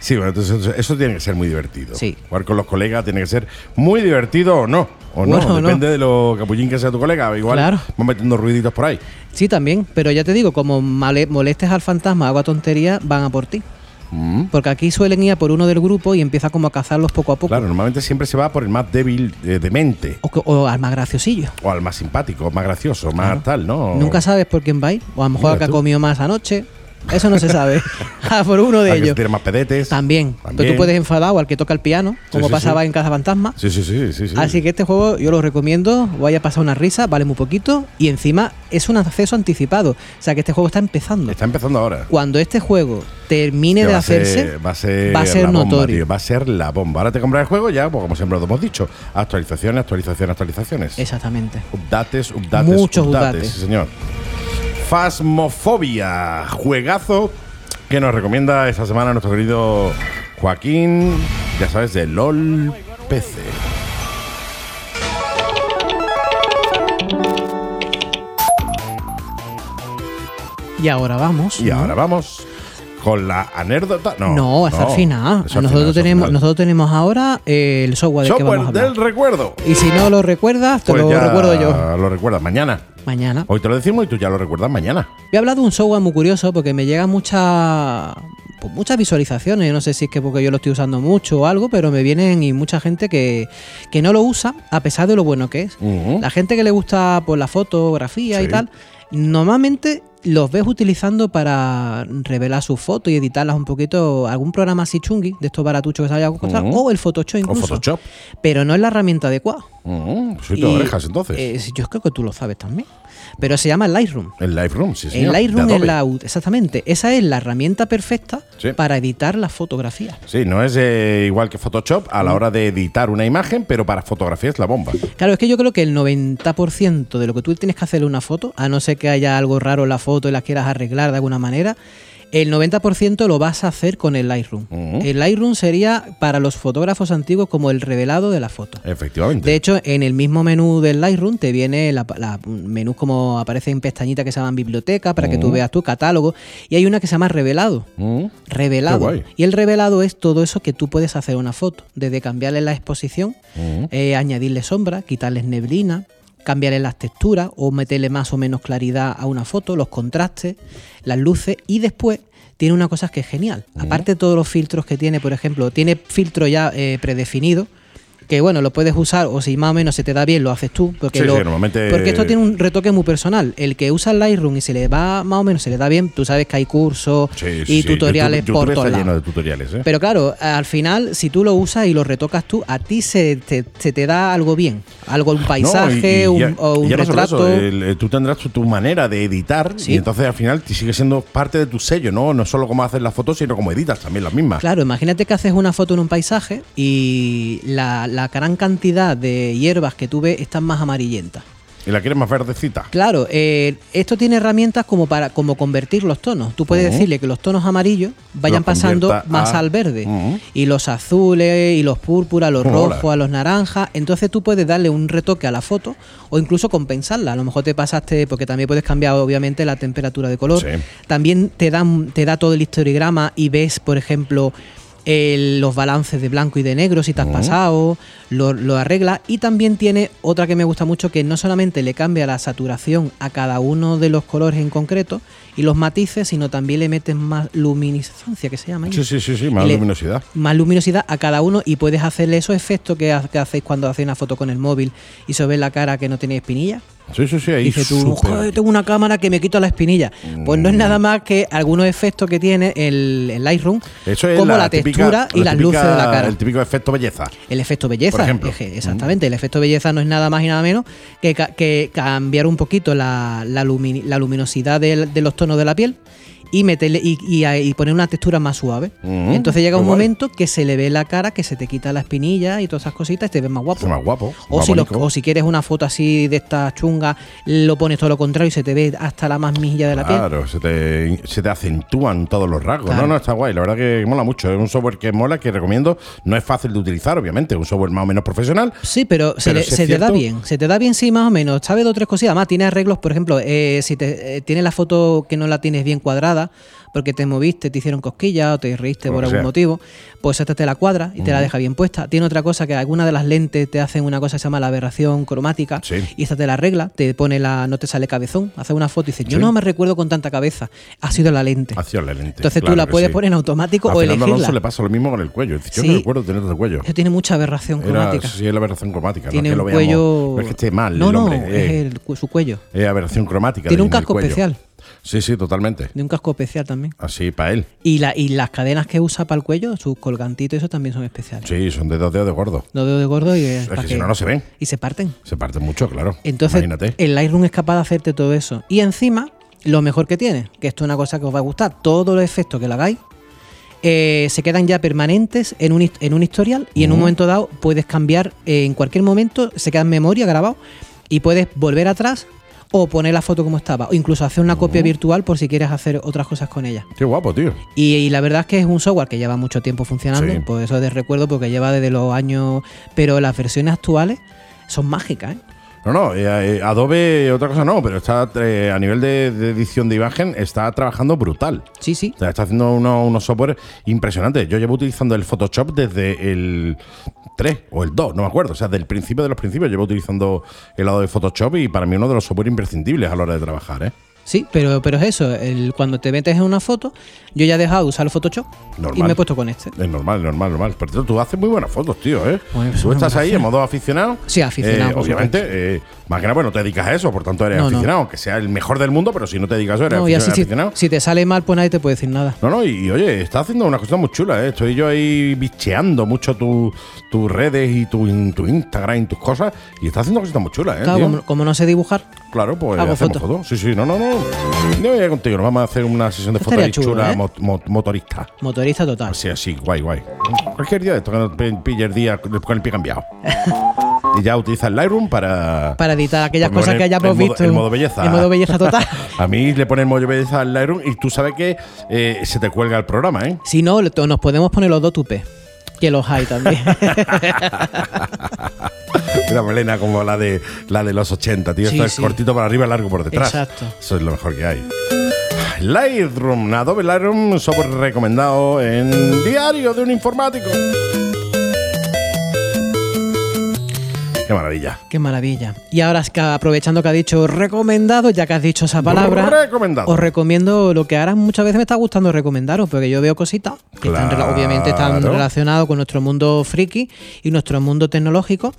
B: Sí, bueno, entonces eso, eso tiene que ser muy divertido.
C: Sí.
B: Jugar con los colegas tiene que ser muy divertido o no. O
C: Bueno,
B: no,
C: o no.
B: depende de lo capullín que sea tu colega. Igual
C: Claro.
B: van metiendo ruiditos por ahí.
C: Sí, también, pero ya te digo, como male- molestes al fantasma, haga tontería, van a por ti.
B: Mm.
C: Porque aquí suelen ir a por uno del grupo y empieza como a cazarlos poco a poco.
B: Claro, normalmente siempre se va por el más débil eh, de mente.
C: O, que- o al más graciosillo.
B: O al más simpático, más gracioso, más tal, ¿no?
C: Nunca sabes por quién vais. O a lo mejor
B: Oh. Mira
C: al que ha
B: tú.
C: comido más anoche. Eso no se sabe. A por uno de
B: Al que
C: ellos.
B: tiene más pedetes.
C: También. Pero
B: También.
C: tú puedes enfadar o al que toca el piano, como
B: sí,
C: pasaba
B: sí.
C: en Casa Fantasma.
B: Sí, sí, sí, sí, sí.
C: Así que este juego yo lo recomiendo, vaya a pasar una risa, vale muy poquito y encima es un acceso anticipado. O sea que este juego está empezando.
B: Está empezando ahora.
C: Cuando este juego termine
B: Que
C: de
B: va a ser-
C: hacerse,
B: va a ser,
C: va a ser
B: la bomba,
C: notorio.
B: tío, va a ser la bomba. Ahora te compras el juego ya, pues, como siempre lo hemos dicho, actualizaciones, actualizaciones, actualizaciones.
C: Exactamente.
B: Updates, updates,
C: Muchos
B: updates.
C: updates.
B: sí, señor. Fasmofobia, juegazo que nos recomienda esta semana nuestro querido Joaquín, ya sabes, de LOL PC.
C: Y ahora vamos.
B: Y
C: ¿no?
B: ahora vamos con la anécdota. No,
C: No, hasta el final.
B: eso al
C: Nosotros,
B: final, eso al
C: tenemos,
B: final.
C: nosotros tenemos ahora eh, el software, del que vamos a
B: Software
C: hablar.
B: del recuerdo.
C: Y si no lo recuerdas, te
B: Pues
C: lo
B: ya
C: recuerdo yo.
B: Lo recuerdas mañana.
C: Mañana.
B: Hoy te lo decimos y tú ya lo recuerdas mañana.
C: Voy a hablar de un software muy curioso porque me llegan muchas pues, muchas visualizaciones. Yo no sé si es que porque yo lo estoy usando mucho o algo, pero me vienen y mucha gente que, que no lo usa a pesar de lo bueno que es.
B: Ujú.
C: La gente que le gusta pues, la fotografía
B: Sí.
C: y tal, normalmente los ves utilizando para revelar sus fotos y editarlas un poquito, algún programa así chungi, de estos baratuchos que se haya costado,
B: Ujú.
C: o el Photoshop
B: O
C: incluso.
B: Photoshop.
C: Pero no es la herramienta adecuada.
B: Mm, soy
C: Y,
B: de orejas entonces.
C: eh, sí, yo creo que tú lo sabes también. Pero se llama Lightroom.
B: el Lightroom, sí,
C: El
B: señor.
C: Lightroom
B: de
C: es la.
B: Adobe.
C: Exactamente. Esa es la herramienta perfecta
B: Sí.
C: para editar las fotografías.
B: Sí, no es eh, igual que Photoshop a
C: Mm.
B: la hora de editar una imagen, pero para fotografía es la bomba.
C: Claro, es que yo creo que el 90% de lo que tú tienes que hacer en una foto, a no ser que haya algo raro en la foto y las quieras arreglar de alguna manera, el 90% lo vas a hacer con el Lightroom.
B: Ujú.
C: El Lightroom sería para los fotógrafos antiguos como el revelado de la foto.
B: Efectivamente.
C: De hecho, en el mismo menú del Lightroom te viene la, la- menús como aparecen pestañitas que se llaman biblioteca para que tú
B: Ujú.
C: veas tu catálogo y hay una que se llama revelado.
B: Mm,
C: Revelado.
B: Qué guay.
C: Y el revelado es todo eso que tú puedes hacer a una foto. Desde cambiarle la exposición,
B: mm.
C: eh, añadirle sombra, quitarles neblina, cambiarle las texturas o meterle más o menos claridad a una foto, los contrastes, las luces y después tiene una cosa que es genial. Aparte de todos los filtros que tiene, por ejemplo, tiene filtro ya eh, predefinido. Que bueno, lo puedes usar o si más o menos se te da bien, lo haces tú. Porque,
B: Sí,
C: lo-
B: sí, normalmente-
C: porque esto tiene un retoque muy personal. El que usa el Lightroom y se le va más o menos, se le da bien, tú sabes que hay cursos
B: Sí,
C: y
B: sí, sí.
C: tutoriales
B: YouTube-
C: por
B: YouTube
C: todos
B: está
C: lados.
B: lleno de tutoriales, ¿eh?
C: Pero claro, al final, si tú lo usas y lo retocas tú, a ti se te, se te da algo bien. Algo, un
B: No, y-
C: paisaje,
B: y
C: un,
B: ya-
C: o
B: y
C: un
B: ya no solo
C: retrato.
B: eso, el- eh, tú tendrás tu, tu manera de editar
C: Sí.
B: y entonces al final te sigue siendo parte de tu sello, ¿no? No solo cómo haces las fotos, sino cómo editas también las mismas.
C: Claro, imagínate que haces una foto en un paisaje y la, la gran cantidad de hierbas que tú ves están más amarillentas.
B: Y la quieres más verdecita.
C: Claro, eh, esto tiene herramientas como para como convertir los tonos. Tú puedes
B: Ujú.
C: decirle que los tonos amarillos vayan
B: Mm. Los
C: pasando
B: convierta
C: más
B: a-
C: al verde.
B: Ujú.
C: Y los azules, y los púrpura, los
B: Mola.
C: rojos, a los naranjas. Entonces tú puedes darle un retoque a la foto o incluso compensarla. A lo mejor te pasaste, porque también puedes cambiar obviamente la temperatura de color.
B: Sí.
C: También te, dan, te da todo el historiograma y ves, por ejemplo, el- los balances de blanco y de negro, si te has pasado, lo, lo arregla. Y también tiene otra que me gusta mucho, que no solamente le cambia la saturación a cada uno de los colores en concreto y los matices, sino también le metes más luminiscencia, que se llama. ahí.
B: Sí, sí, sí, sí, más
C: Y le-
B: luminosidad.
C: Más luminosidad a cada uno y puedes hacerle esos efectos que, ha- que hacéis cuando hacéis una foto con el móvil y se os ve la cara que no tiene espinilla.
B: Sí, sí, sí, ahí
C: Dice tú,
B: súper- Mm.
C: "Joder, tengo una cámara que me quita la espinilla. Pues no es nada más que algunos efectos que tiene el, el Lightroom,
B: Eso es
C: como la,
B: típica-
C: textura y
B: la
C: las
B: típica-
C: luces de la cara.
B: El típico efecto belleza.
C: El efecto belleza.
B: Por ejemplo. Mm.
C: eje- Exactamente, el efecto belleza no es nada más y nada menos que, ca- que cambiar un poquito la, la lumi- la luminosidad del- de los tonos de la piel y, meterle, y, y a- y poner una textura más suave.
B: Mm,
C: Entonces llega
B: qué
C: un
B: guay.
C: momento que se le ve la cara, que se te quita la espinilla y todas esas cositas y te ves más guapo.
B: Se ve más guapo,
C: O
B: más
C: si, lo-
B: bonito.
C: o si quieres una foto así de estas chungas, lo pones todo lo contrario y se te ve hasta la más milla de la piel.
B: Claro, se te, se te acentúan todos los rasgos. No,
C: Claro.
B: no, está guay. La verdad que mola mucho. Es un software que mola, que recomiendo. No es fácil de utilizar, obviamente. Es un software más o menos profesional.
C: Sí, pero, se,
B: Pero
C: le-
B: si es
C: se te da
B: cierto-
C: bien. Se te da bien, sí, más o menos. Sabes dos o tres cosillas. Además, tiene arreglos, por ejemplo, eh, si te, eh, tienes la foto que no la tienes bien cuadrada, porque te moviste, te hicieron cosquillas o te reíste
B: Como
C: por
B: que
C: algún
B: sea.
C: motivo, pues esta te la cuadra y te la deja bien puesta. Tiene otra cosa que alguna de las lentes te hacen una cosa que se llama la aberración cromática
B: Sí.
C: y esta te la arregla, te pone la, no te sale cabezón, hace una foto y dices, yo
B: Sí.
C: no me recuerdo con tanta cabeza, ha sido la lente.
B: Hacia la lente.
C: Entonces tú
B: claro
C: la
B: que
C: puedes
B: sí.
C: poner en automático
B: A
C: o
B: Fernando
C: elegirla.
B: Alonso le pasa lo mismo con el cuello. Dice, Yo
C: Sí.
B: no recuerdo tener el cuello.
C: Tiene mucha aberración
B: Era,
C: cromática.
B: sí, es la aberración cromática.
C: Tiene
B: no es que
C: un
B: lo veamos-
C: cuello.
B: No es que esté mal.
C: No,
B: el
C: no,
B: hombre, eh.
C: es el cu- su cuello.
B: Es aberración cromática.
C: Tiene
B: del-
C: un
B: del
C: casco
B: cuello.
C: especial.
B: Sí, sí, totalmente.
C: De un casco especial también.
B: Así para él.
C: Y, la, y las cadenas que usa para el cuello, sus colgantitos, eso también son especiales.
B: Sí, son de dos dedos de gordo.
C: Dos dedos de gordo y.
B: Es que si no, no se ven.
C: Y se parten.
B: Se parte mucho, claro.
C: Entonces, eh,
B: Imagínate.
C: el Lightroom es capaz de hacerte todo eso. Y encima, lo mejor que tiene, que esto es una cosa que os va a gustar, todos los efectos que le hagáis eh, se quedan ya permanentes en un, hist- en un historial y en
B: Mm.
C: un momento dado puedes cambiar eh, en cualquier momento, se queda en memoria grabado y puedes volver atrás o poner la foto como estaba, o incluso hacer una
B: Mm.
C: copia virtual por si quieres hacer otras cosas con ella.
B: Qué guapo, tío.
C: Y, y la verdad es que es un software que lleva mucho tiempo funcionando,
B: Sí.
C: pues eso de recuerdo porque lleva desde los años, pero las versiones actuales son mágicas, ¿eh?
B: No, no, eh, eh, Adobe, otra cosa no, pero está eh, a nivel de, de edición de imagen, está trabajando brutal.
C: Sí, sí.
B: O sea, está haciendo uno- unos software impresionantes. Yo llevo utilizando el Photoshop desde el 3 o el 2, no me acuerdo. O sea, del principio de los principios llevo utilizando el lado de Photoshop y para mí uno de los software imprescindibles a la hora de trabajar, ¿eh?
C: Sí, pero, pero es eso, el, cuando te metes en una foto, yo ya he dejado de usar el Photoshop y
B: Normal.
C: me he puesto con este.
B: Es normal, es normal, normal. Pero tú- tú haces muy buenas fotos, tío, ¿eh?
C: Bueno, pues
B: tú
C: una
B: estás ahí en
C: gracia.
B: modo aficionado.
C: Sí, aficionado,
B: Eh,
C: por
B: obviamente, eh, más que nada, pues no te dedicas a eso, por tanto eres
C: No, no.
B: aficionado. Aunque sea el mejor del mundo, pero si no te dedicas a eso, eres
C: No, y
B: aficionado.
C: así si,
B: aficionado.
C: si te sale mal, pues nadie te puede decir nada.
B: No, no, y, y oye, está haciendo una cosa muy chula, ¿eh? Estoy yo ahí bicheando mucho tu- tus redes y tu, in- tu Instagram y tus cosas, y está haciendo cositas muy chulas, ¿eh?
C: Claro,
B: tío?
C: como, como no sé dibujar,
B: Claro, pues
C: hago
B: hacemos
C: foto.
B: fotos. Sí, sí, no, no, no. No voy a contigo, nos vamos a hacer una sesión de fotos
C: Estaría
B: ahí
C: chulo,
B: chula
C: ¿eh?
B: mot- mot- motorista.
C: motorista total.
B: Así, así, guay, guay. Cualquier día de esto, que no pe- pille el día con el pie cambiado. y ya utiliza el Lightroom para.
C: Para editar aquellas
B: Porque
C: cosas
B: pone
C: que hayamos
B: el Pues modo-
C: visto.
B: el modo belleza.
C: El modo belleza total.
B: A mí le pone el modo belleza al Lightroom y tú sabes que eh, se te cuelga el programa, ¿eh?
C: si no, lo- nos podemos poner los dos tupes. Que los hay también.
B: Una melena como la de la de los 80, tío.
C: Sí,
B: Esto es
C: sí.
B: cortito para arriba, largo por detrás.
C: Exacto.
B: Eso es lo mejor que hay. Lightroom, Adobe Lightroom, software recomendado en Diario de un Informático. Qué maravilla.
C: Qué maravilla. Y ahora, es que aprovechando que ha dicho recomendado, ya que has dicho esa palabra,
B: Recomendado.
C: os recomiendo lo que ahora muchas veces me está gustando recomendaros, porque yo veo cositas que están rela-
B: Claro.
C: obviamente están relacionadas con nuestro mundo friki y nuestro mundo tecnológico.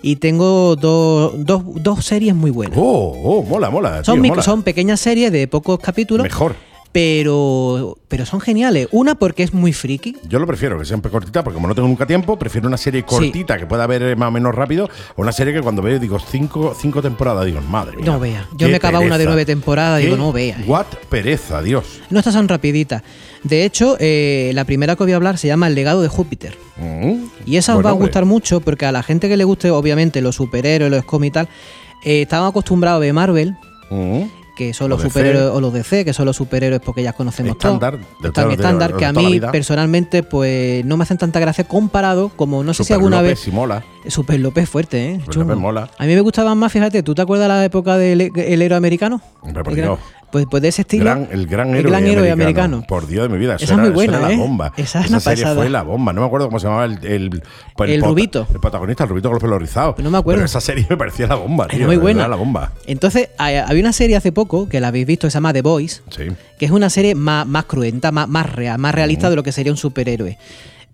C: Y tengo dos, dos, dos series muy buenas.
B: Oh, oh, mola, mola.
C: son,
B: tío,
C: micro-
B: mola.
C: son pequeñas series de pocos capítulos,
B: Mejor.
C: pero pero son geniales. Una porque es muy friki,
B: Yo lo prefiero, que siempre cortita, porque como no tengo nunca tiempo, prefiero una serie cortita que pueda ver eh, más o menos rápido, o una serie que cuando veo digo cinco, cinco temporadas, digo, madre mía.
C: No vea. Yo
B: qué
C: me acaba una de
B: pereza.
C: nueve temporadas, digo,
B: Qué
C: no vea, eh.
B: What pereza, Dios.
C: no estas son rapiditas. De hecho, eh, la primera que voy a hablar se llama El legado de Júpiter.
B: Mm.
C: Y esa os
B: Bueno,
C: va a
B: hombre.
C: gustar mucho porque a la gente que le guste, obviamente, los superhéroes, los cómics y tal, eh, estaban acostumbrados a ver Marvel,
B: Mm.
C: que son
B: O
C: los
B: DC.
C: superhéroes, o los DC, que son los superhéroes porque ya conocemos todos.
B: Estándar, de
C: Están
B: toda- de-
C: estándar,
B: de
C: que a
B: toda la
C: mí
B: vida.
C: personalmente, pues no me hacen tanta gracia comparado como no sé si
B: Super
C: alguna
B: López
C: vez.
B: y mola.
C: Super López fuerte, ¿eh?
B: Super
C: Chungo.
B: López mola.
C: A mí me gustaban más, fíjate, ¿tú te acuerdas la época del e, el héroe americano?
B: Hombre, por
C: El gran-
B: Dios.
C: pues, pues de ese estilo.
B: Gran- el gran héroe, americano. Por Dios de mi vida. eso
C: Esa es
B: era-
C: muy buena,
B: eso era
C: ¿eh?
B: la bomba.
C: Esa es una
B: serie
C: pasada.
B: fue la bomba. No me acuerdo cómo se llamaba el. El,
C: El
B: prota-
C: Rubito. Pues
B: El protagonista, el Rubito con los pelos rizados.
C: No me acuerdo.
B: Pero esa serie me parecía la bomba, tío.
C: Era muy
B: de verdad,
C: buena.
B: la bomba.
C: Entonces, hay- había una serie hace poco, que la habéis visto, que se llama The Boys,
B: Sí.
C: que es una serie más, más cruenta, más, más real, más realista de lo que sería un superhéroe.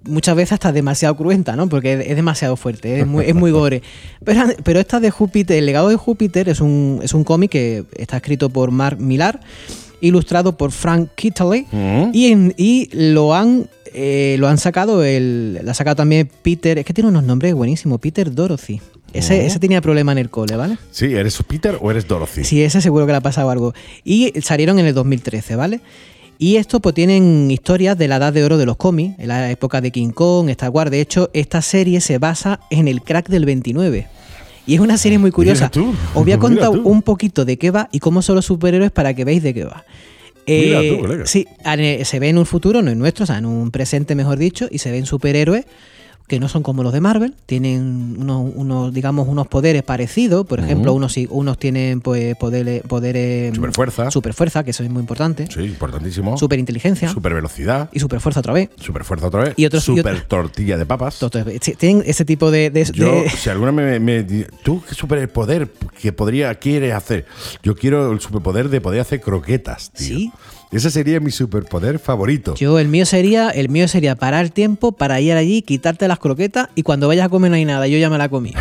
C: Muchas veces hasta demasiado cruenta, ¿no? Porque es, es demasiado fuerte, es muy, es muy gore. Pero, pero esta de Júpiter, El legado de Júpiter, es un, es un cómic que está escrito por Mark Millar, ilustrado por Frank Kittley,
B: Mm.
C: y, en- y lo han eh, lo han sacado, el, la ha sacado también Peter, es que tiene unos nombres buenísimos, Peter Dorothy. Ese, ese tenía problema en el cole, ¿vale?
B: Sí, ¿eres Peter o eres Dorothy?
C: Sí, ese seguro que le ha pasado algo. Y salieron en el 2013, ¿vale? Y esto pues tienen historias de la edad de oro de los cómics, en la época de King Kong, Star Wars. De hecho, esta serie se basa en el crack del 29. Y es una serie muy curiosa.
B: Mira tú,
C: Os voy a
B: mira
C: contar
B: tú.
C: un poquito de qué va y cómo son los superhéroes para que veáis de qué va. Eh,
B: Mira tú, colega.
C: sí, en el- se ve en un futuro, no en nuestro, o sea, en un presente, mejor dicho, y se ven superhéroes que no son como los de Marvel, tienen unos, unos, digamos, unos poderes parecidos, por ejemplo, unos, sí- unos tienen pues, poderes, poderes... mm,
B: Superfuerza.
C: Superfuerza, que eso es muy importante.
B: Sí, importantísimo.
C: Superinteligencia.
B: Super velocidad.
C: y superfuerza otra vez.
B: Super fuerza otra vez.
C: Y otros- y
B: super
C: otro-
B: tortilla de papas.
C: Entonces, eh, sí, tienen ese tipo de... de-
B: Yo,
C: de-
B: si alguna me, me- me- ¿Tú qué superpoder que podría, quieres hacer? Yo quiero el superpoder de poder hacer croquetas, tío.
C: Sí.
B: Ese sería mi superpoder favorito.
C: Yo, el mío sería, el mío sería parar el tiempo para ir allí, quitarte las croquetas y cuando vayas a comer no hay nada, yo ya me la comí.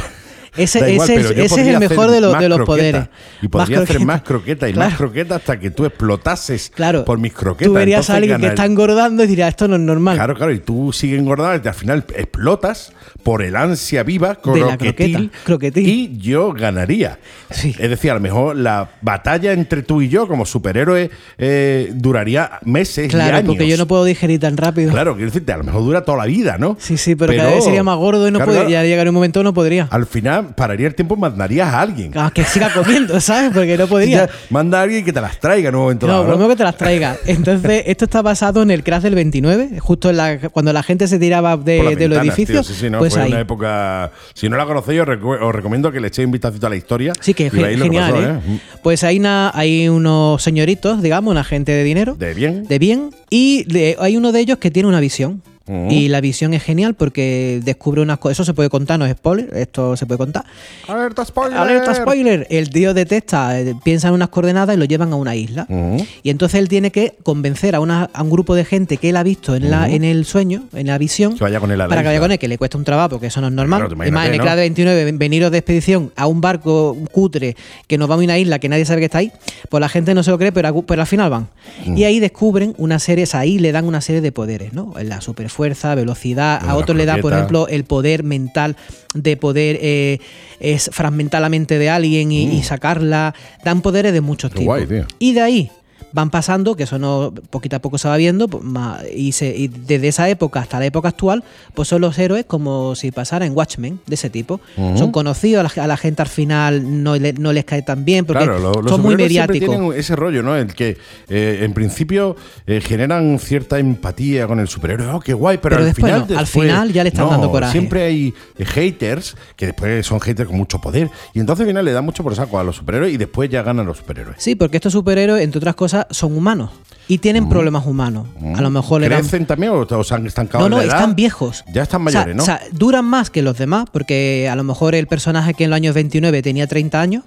C: Ese-
B: da igual,
C: ese
B: pero
C: es-
B: yo
C: ese es
B: podría
C: el
B: hacer
C: mejor de los-
B: más
C: de los
B: croquetas,
C: poderes.
B: Y
C: Más
B: podría hacer
C: croquetas.
B: más croquetas y más
C: Claro.
B: croquetas hasta que tú explotases
C: Claro.
B: por mis croquetas.
C: Tú verías a
B: Entonces,
C: alguien que
B: ganar-
C: está engordando y dirás, esto no es normal.
B: Claro, claro, y tú sigues engordando y al final explotas por el ansia viva
C: De la
B: croquetil,
C: croqueta, croquetil.
B: y yo ganaría.
C: Sí.
B: Es decir, a lo mejor la batalla entre tú y yo como superhéroe eh, duraría meses y
C: Claro,
B: años.
C: porque yo no puedo digerir tan rápido.
B: Claro, quiero decirte, a lo mejor dura toda la vida, ¿no?
C: Sí, sí, pero, cada vez sería más gordo y no
B: Claro,
C: podría.
B: claro.
C: Ya llegaría un momento que no podría.
B: Al final pararía el tiempo y mandarías a alguien.
C: Ah, que siga comiendo, ¿sabes? Porque no podría.
B: Ya, manda a alguien que te las traiga en un momento
C: No,
B: dado,
C: por lo menos que te las traiga. Entonces, esto está basado en el crash del 29, justo en la, cuando la gente se tiraba de,
B: Por las
C: Eh, de los
B: ventanas,
C: edificios.
B: tío, sí, sí, no,
C: pues
B: fue
C: ahí.
B: una época. Si no la conocéis, os, recu- os recomiendo que le echéis un vistacito a la historia.
C: Sí, que
B: y
C: es
B: veáis lo que
C: genial,
B: pasó,
C: ¿eh? Pues hay, una, hay unos señoritos, digamos, una gente de dinero.
B: De bien.
C: de bien y de- hay uno de ellos que tiene una visión.
B: Ujú.
C: Y la visión es genial porque descubre unas cosas. Eso se puede contar, no es spoiler, esto se puede contar.
B: Mm. Alerta spoiler.
C: Alerta spoiler, el tío detecta, eh, piensa en unas coordenadas y lo llevan a una isla.
B: Ujú.
C: Y entonces él tiene que convencer a, una- a un grupo de gente que él ha visto en, la, en el sueño, en la visión,
B: Que vaya con él a la
C: para que vaya
B: isla.
C: con él, que le cuesta un trabajo, porque eso no es normal.
B: Claro, tú
C: Además, en el
B: imagínate,
C: Clase
B: ¿no?
C: 29, ven- veniros de expedición a un barco cutre que nos va a una isla que nadie sabe que está ahí, pues la gente no se lo cree, pero, agu- pero al final van.
B: Mm.
C: Y ahí descubren una serie, o sea, ahí le dan una serie de poderes, ¿no? La superfuerza, velocidad,
B: Lo de
C: a
B: la
C: otros le da, por
B: croqueta.
C: ejemplo, ejemplo, el poder mental de poder eh, es fragmentar la mente de alguien y, y sacarla. Dan poderes de muchos
B: Mm. Qué
C: tipos.
B: guay, tío.
C: y de ahí van pasando, que eso no, poquito a poco se va viendo, pues, ma- y, se- y desde esa época hasta la época actual, pues son los héroes como si pasara en Watchmen, de ese tipo. Son conocidos, a la, a la gente al final no, le- no les cae tan bien, porque
B: Claro, lo- los
C: son muy
B: superhéroes siempre
C: mediáticos.
B: tienen ese rollo, ¿no? El que, eh, en principio, eh, generan cierta empatía con el superhéroe. ¡Oh, qué guay! Pero,
C: Pero
B: al,
C: después
B: final,
C: no. Al final ya le están
B: no,
C: dando coraje.
B: Siempre hay eh, haters que después son haters con mucho poder. Y entonces al final le da mucho por saco a los superhéroes y después ya ganan los superhéroes.
C: Sí, porque estos superhéroes, entre otras cosas, son humanos y tienen problemas humanos. A lo mejor le dan
B: ¿Crecen también o, o se han estancado
C: No,
B: en
C: no,
B: la edad?
C: están viejos.
B: Ya están
C: O sea,
B: mayores, ¿no?
C: O sea, duran más que los demás, porque a lo mejor el personaje que en los años 29 tenía 30 años,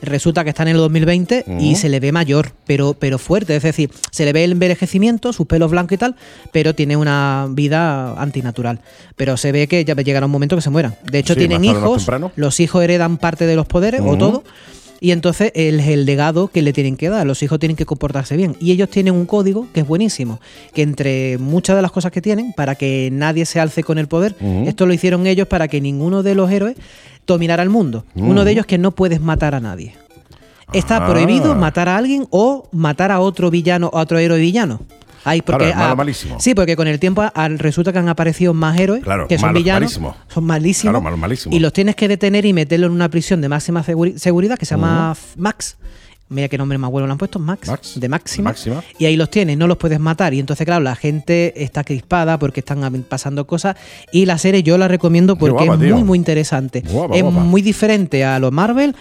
C: resulta que está en el 2020 y se le ve mayor, pero, pero fuerte. Es decir, se le ve el envejecimiento, sus pelos blancos y tal, pero tiene una vida antinatural. Pero se ve que ya llegará un momento que se mueran. De hecho,
B: Sí,
C: tienen
B: más tarde o más
C: hijos,
B: temprano.
C: los hijos heredan parte de los poderes o todo. Y entonces el, el legado que le tienen que dar. Los hijos tienen que comportarse bien. Y ellos tienen un código que es buenísimo. Que entre muchas de las cosas que tienen, para que nadie se alce con el poder, esto lo hicieron ellos para que ninguno de los héroes dominara el mundo. Uno de ellos que no puedes matar a nadie. Está
B: Ah.
C: prohibido matar a alguien o matar a otro villano, a otro héroe villano. Ay,
B: Claro,
C: porque
B: el malo
C: ah,
B: malísimo.
C: Sí, porque con el tiempo al- resulta que han aparecido más héroes
B: Claro,
C: que son
B: malos
C: villanos.
B: malísimos.
C: Son malísimos.
B: Claro, malos malísimos.
C: Y los tienes que detener y meterlo en una prisión de máxima seguri- seguridad que se llama F- Max. Mira qué nombre más bueno le han puesto, Max,
B: Max.
C: de máxima.
B: Máxima.
C: Y ahí los tienes, no los puedes matar. Y entonces, claro, la gente está crispada porque están habi- pasando cosas. Y la serie yo la recomiendo porque
B: guapa,
C: es
B: tío.
C: muy, muy interesante.
B: Guapa,
C: es
B: guapa.
C: muy diferente a los Marvel,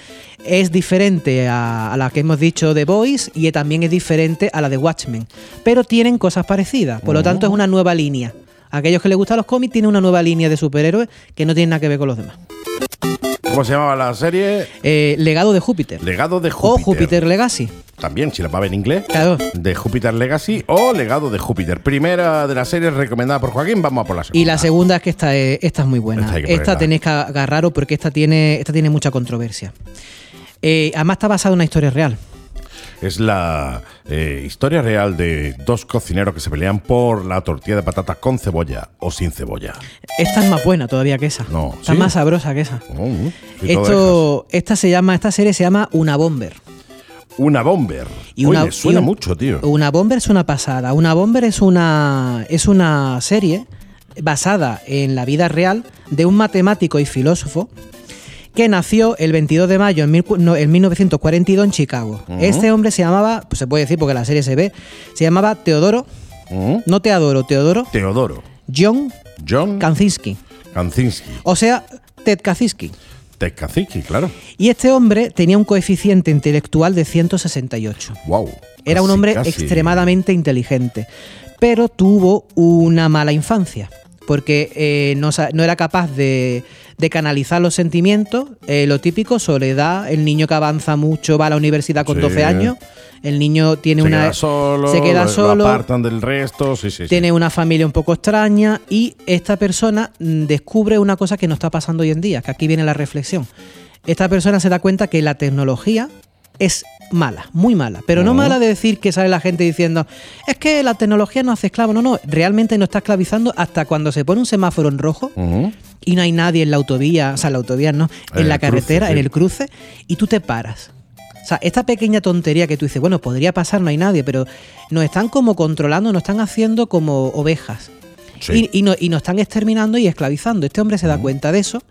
C: es diferente a, a la que hemos dicho de Boys y también es diferente a la de Watchmen. Pero tienen cosas parecidas, por lo tanto es una nueva línea. Aquellos que les gustan los cómics tienen una nueva línea de superhéroes que no tiene nada que ver con los demás.
B: ¿Cómo se llamaba la serie?
C: Eh, Legado de Júpiter.
B: Legado de
C: o
B: Júpiter.
C: Oh, Júpiter Legacy.
B: También, si la va a ver en inglés.
C: Claro.
B: De Júpiter Legacy o Legado de Júpiter. Primera de las series recomendada por Joaquín. Vamos a por la segunda.
C: Y la segunda es que esta es, esta es muy buena.
B: Esta
C: Esta,
B: hay que ponerla.
C: tenéis que agarraros porque esta tiene, esta tiene mucha controversia. Eh, además está basada en una historia real.
B: Es la eh, historia real de dos cocineros que se pelean por la tortilla de patatas con cebolla o sin cebolla.
C: Esta es más buena todavía que esa.
B: No,
C: está
B: ¿sí?
C: más sabrosa que esa.
B: Mm, y todo
C: Esto, esta se llama, esta serie se llama Una Bomber.
B: dejas. Una bomber.
C: Y
B: Oye,
C: una,
B: suena
C: y un-
B: mucho, tío.
C: Una Bomber es una pasada. Una Bomber es una, es una serie basada en la vida real de un matemático y filósofo que nació el 22 de mayo en, mil cu- no, en 1942 en Chicago. Este hombre se llamaba, pues se puede decir porque la serie se ve, se llamaba Teodoro,
B: Mm.
C: no Teodoro, Teodoro,
B: Teodoro.
C: John
B: John
C: Kaczynski.
B: Kanczynski.
C: O sea, Ted Kaczynski.
B: Ted Kaczynski, claro.
C: Y este hombre tenía un coeficiente intelectual de 168.
B: Wow.
C: Era un hombre extremadamente inteligente, pero tuvo una mala infancia. porque eh, no, sa- no era capaz de, de canalizar los sentimientos, eh, lo típico, soledad, el niño que avanza mucho, va a la universidad con
B: Sí.
C: 12 años, el niño tiene
B: se
C: una...
B: queda solo,
C: se queda
B: lo- lo
C: solo,
B: apartan del resto, sí, sí. sí.
C: tiene una familia un poco extraña y esta persona mm, descubre una cosa que no está pasando hoy en día, que aquí viene la reflexión. Esta persona se da cuenta que la tecnología es mala, muy mala, pero no
B: Ujú.
C: mala de decir que sale la gente diciendo, es que la tecnología no hace esclavo, no, no, realmente no está esclavizando hasta cuando se pone un semáforo en rojo
B: Ujú.
C: y no hay nadie en la autovía, o sea, la autovía no, en
B: En
C: la
B: el cruce,
C: carretera,
B: sí.
C: en el cruce, y tú te paras. O sea, esta pequeña tontería que tú dices, bueno, podría pasar, no hay nadie, pero nos están como controlando, nos están haciendo como ovejas.
B: Sí.
C: Y, y no- y nos están exterminando y esclavizando. Este hombre se da cuenta de eso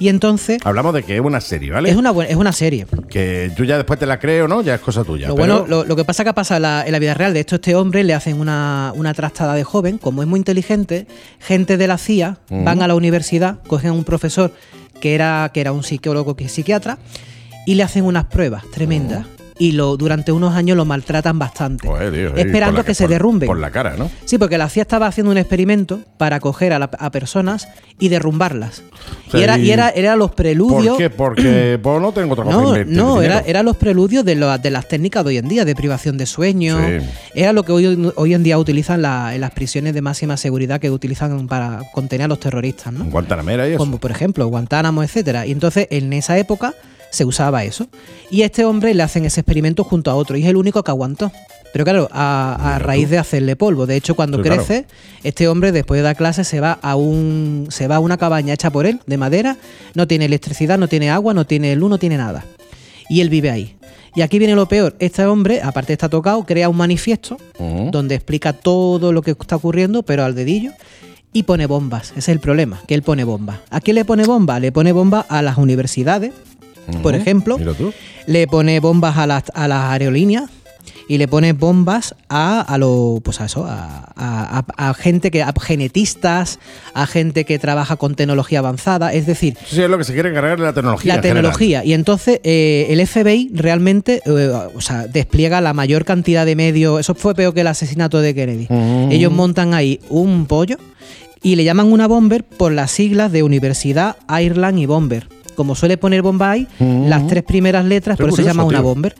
C: y entonces
B: Hablamos de que es una serie, Ah, ¿vale?
C: es una, buen- es una serie.
B: Que tú ya después te la crees o no, ya es cosa tuya.
C: Lo
B: pero-
C: bueno, lo, lo que pasa que ha pasado en la, en la vida real, de hecho, este hombre le hacen una, una trastada de joven, como es muy inteligente, gente de la CIA van a la universidad, cogen a un profesor que era, que era un psicólogo que psiquiatra, y le hacen unas pruebas tremendas. Y lo, durante unos años lo maltratan bastante.
B: Joder, tío, sí, por
C: esperando
B: la
C: que, se
B: por-
C: derrumbe.
B: Por la cara, ¿no?
C: Sí, porque la CIA estaba haciendo un experimento para coger a, la- a personas y derrumbarlas.
B: sea,
C: y era,
B: y-
C: y era, era los
B: ¿Por
C: preludios.
B: qué? Porque pues, no tengo otra cosa que
C: No,
B: invertir
C: no,
B: dinero.
C: era, era los preludios de, lo- de las técnicas de hoy en día, de privación de sueño.
B: Sí.
C: Era lo que hoy, hoy en día utilizan la- en las prisiones de máxima seguridad que utilizan para contener a los terroristas, ¿no?
B: En Guantanamera y eso.
C: Como por ejemplo Guantánamo, etcétera. Y entonces en esa época se usaba eso. Y a este hombre le hacen ese experimento junto a otro y es el único que aguantó. Pero claro, a, a raíz de hacerle polvo. De hecho, cuando
B: Sí, claro.
C: crece, este hombre después de dar clases se va a un se va a una cabaña hecha por él de madera, no tiene electricidad, no tiene agua, no tiene luz, no tiene nada. Y él vive ahí. Y aquí viene lo peor, este hombre, aparte está tocado, crea un manifiesto
B: Ujú.
C: donde explica todo lo que está ocurriendo, pero al dedillo. Y pone bombas, ese es el problema, que él pone bombas. ¿A quién le pone bomba? Le pone bomba a las universidades, por
B: Ujú.
C: ejemplo,
B: Mira tú.
C: le pone bombas a las, a las aerolíneas y le pone bombas a, a lo- pues a eso, a, a- a- a gente que, a genetistas, a gente que trabaja con tecnología avanzada, es decir,
B: Sí, es lo que se quiere cargar de la tecnología.
C: la
B: en general.
C: tecnología. Y entonces eh, el FBI realmente eh, o sea, despliega la mayor cantidad de medios. Eso fue peor que el asesinato de Kennedy.
B: Mm.
C: Ellos montan ahí un pollo y le llaman una bomber por las siglas de Universidad, Ireland y Bomber. Como suele poner bomba ahí, las tres primeras
B: Mm.
C: letras,
B: Qué
C: por eso se
B: curioso,
C: llama una
B: tío.
C: bomber.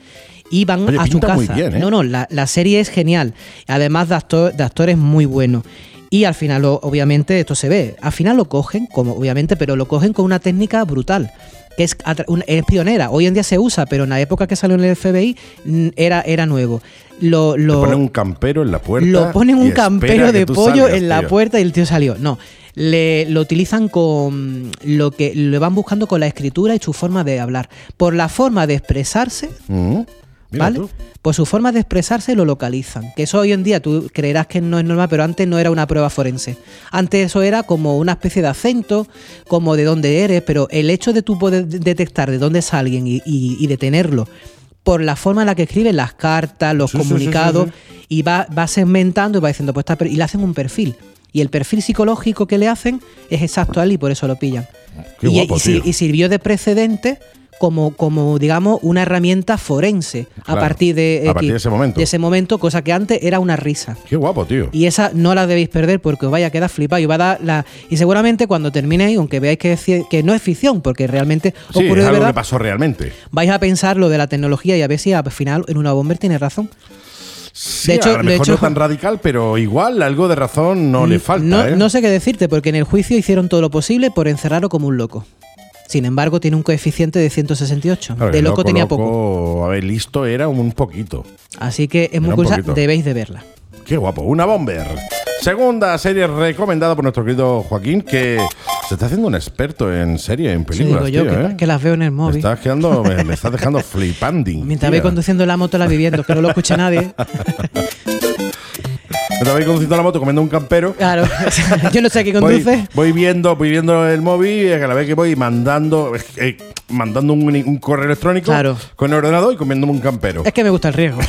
C: Y van
B: Oye,
C: a su
B: pinta
C: casa.
B: muy bien, ¿eh?
C: No, no, la, la serie es genial. Además de, actor- de actores muy buenos. Y al final, lo- obviamente, esto se ve. Al final lo cogen, como obviamente, pero lo cogen con una técnica brutal. Que es, atra- una- es pionera. Hoy en día se usa, pero en la época que salió en el FBI mm, era, era nuevo. Lo,
B: Te
C: lo,
B: ponen un campero en la puerta.
C: lo ponen
B: y
C: un
B: espera
C: campero
B: que
C: de
B: tú
C: pollo
B: salgas,
C: en la
B: tío.
C: puerta y el tío salió. No. Le, lo utilizan con lo que le van buscando con la escritura y su forma de hablar. Por la forma de expresarse,
B: Ujú. Mira
C: ¿Vale?
B: tú.
C: Pues su forma de expresarse lo localizan. Que eso hoy en día tú creerás que no es normal, pero antes no era una prueba forense. Antes eso era como una especie de acento, como de dónde eres, pero el hecho de tú poder de- detectar de dónde es alguien y, y- y detenerlo por la forma en la que escriben las cartas, los
B: Sí, sí, sí,
C: comunicados,
B: sí,
C: y va, va segmentando y va diciendo, pues está, per- y le hacen un perfil. Y el perfil psicológico que le hacen es exacto a él y por eso lo pillan.
B: Qué
C: y,
B: guapo,
C: y si-
B: tío.
C: y sirvió de precedente como, como digamos, una herramienta forense
B: Claro,
C: a partir de eh,
B: a partir de ese momento.
C: de ese momento, cosa que antes era una risa.
B: Qué guapo, tío.
C: Y esa no la debéis perder porque os vaya a quedar flipado y va a dar la y seguramente cuando terminéis, aunque veáis que, es cien- que no es ficción, porque realmente
B: Sí,
C: ocurrió
B: es
C: de
B: algo que
C: verdad,
B: pasó realmente.
C: vais a pensar lo de la tecnología y a ver si al final en una bomber tiene razón.
B: Sí,
C: De hecho-
B: a lo
C: de
B: mejor
C: hecho-
B: no tan radical, pero igual algo de razón no le falta.
C: no,
B: ¿eh?
C: no sé qué decirte, porque en el juicio hicieron todo lo posible por encerrarlo como un loco. Sin embargo, tiene un coeficiente de 168.
B: Claro,
C: de
B: el
C: loco, tenía poco.
B: loco, A ver, listo era un poquito.
C: Así que es
B: un
C: muy curiosa,
B: poquito.
C: debéis de verla.
B: Qué guapo, una bomber. Segunda serie recomendada por nuestro querido Joaquín, que se está haciendo un experto en series, en
C: Sí,
B: películas.
C: digo yo,
B: tío,
C: que,
B: ¿eh?
C: que las veo en el
B: me
C: móvil.
B: estás quedando, me, me estás dejando flipanding.
C: Mientras
B: tía.
C: vais conduciendo la moto la viviendo, que no lo escucha nadie.
B: Mientras vais conduciendo la moto comiendo un campero.
C: Claro, yo no sé qué
B: Voy,
C: conduce.
B: voy viendo, voy viendo el móvil y a la vez que voy mandando, eh, mandando un, un correo electrónico
C: Claro.
B: con el ordenador y comiéndome un campero.
C: Es que me gusta el riesgo.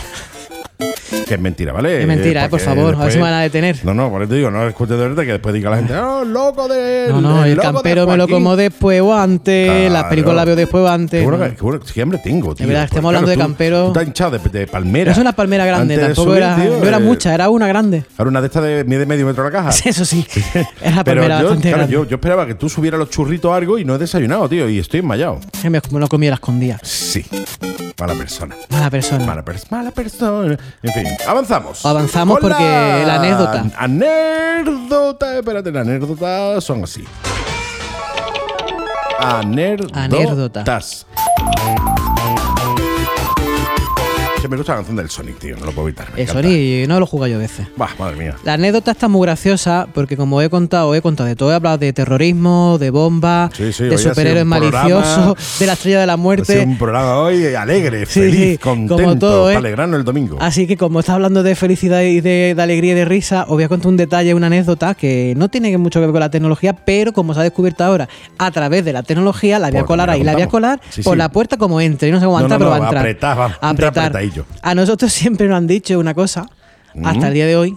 B: Que es mentira, ¿vale?
C: Es mentira, eh, por
B: Porque
C: favor, a ver si me van a detener.
B: No, no, por eso te digo, no escuches de verdad que después diga la gente, no, loco de.
C: No, no, el
B: loco de
C: campero me lo
B: Joaquín".
C: como después o antes, las
B: Claro.
C: películas las veo después o antes.
B: Qué bueno,
C: ¿no?
B: que- qué bueno, sí, hambre tengo, tío.
C: verdad,
B: Pues,
C: estamos hablando este, de
B: tú-
C: campero.
B: Tú estás hinchado de, de palmera.
C: No es una palmera grande,
B: Antes de
C: tampoco
B: subir,
C: era.
B: tío,
C: no era
B: eh,
C: mucha, era una grande.
B: Ahora una de estas de mide medio metro la caja.
C: Eso sí, era la
B: Pero
C: palmera
B: yo,
C: bastante
B: claro,
C: grande.
B: yo, yo esperaba que tú subieras los churritos o algo y no he desayunado, tío, y estoy enmayado.
C: Que me me lo comía la escondía.
B: Sí. Mala persona.
C: Mala persona.
B: Mala, pers- mala persona. En fin, avanzamos.
C: Avanzamos porque la anécdota.
B: Anécdota. Espérate, la anécdota son así. Anécdotas. Que me gusta la canción del Sonic, tío. No lo puedo evitar. me
C: Eso
B: encanta.
C: ni Eh, no lo jugué yo a veces.
B: Bah, madre mía.
C: La anécdota está muy graciosa porque como he contado, he contado de todo, he hablado de terrorismo, de bombas,
B: Sí, sí, hoy
C: de
B: ha sido un
C: superhéroes
B: programa-
C: maliciosos, de la estrella de la
B: Ha sido
C: muerte.
B: un programa hoy alegre,
C: Sí,
B: feliz,
C: sí, como
B: contento,
C: todo, ¿eh?
B: para alegrarnos el domingo.
C: Así que como está hablando de felicidad y de, de alegría y de risa, os voy a contar un detalle, una anécdota que no tiene mucho que ver con la tecnología, pero como se ha descubierto ahora, a través de la tecnología la voy a
B: Pues,
C: colar
B: la
C: ahí, la voy a
B: contamos.
C: colar
B: Sí,
C: por
B: sí.
C: la puerta como entre, no sé cómo va a
B: No, no,
C: entrar, pero
B: no,
C: va a entrar.
B: apretar, va a entrar apretadillo. Mm.
C: A nosotros siempre nos han dicho una cosa, hasta el día de hoy,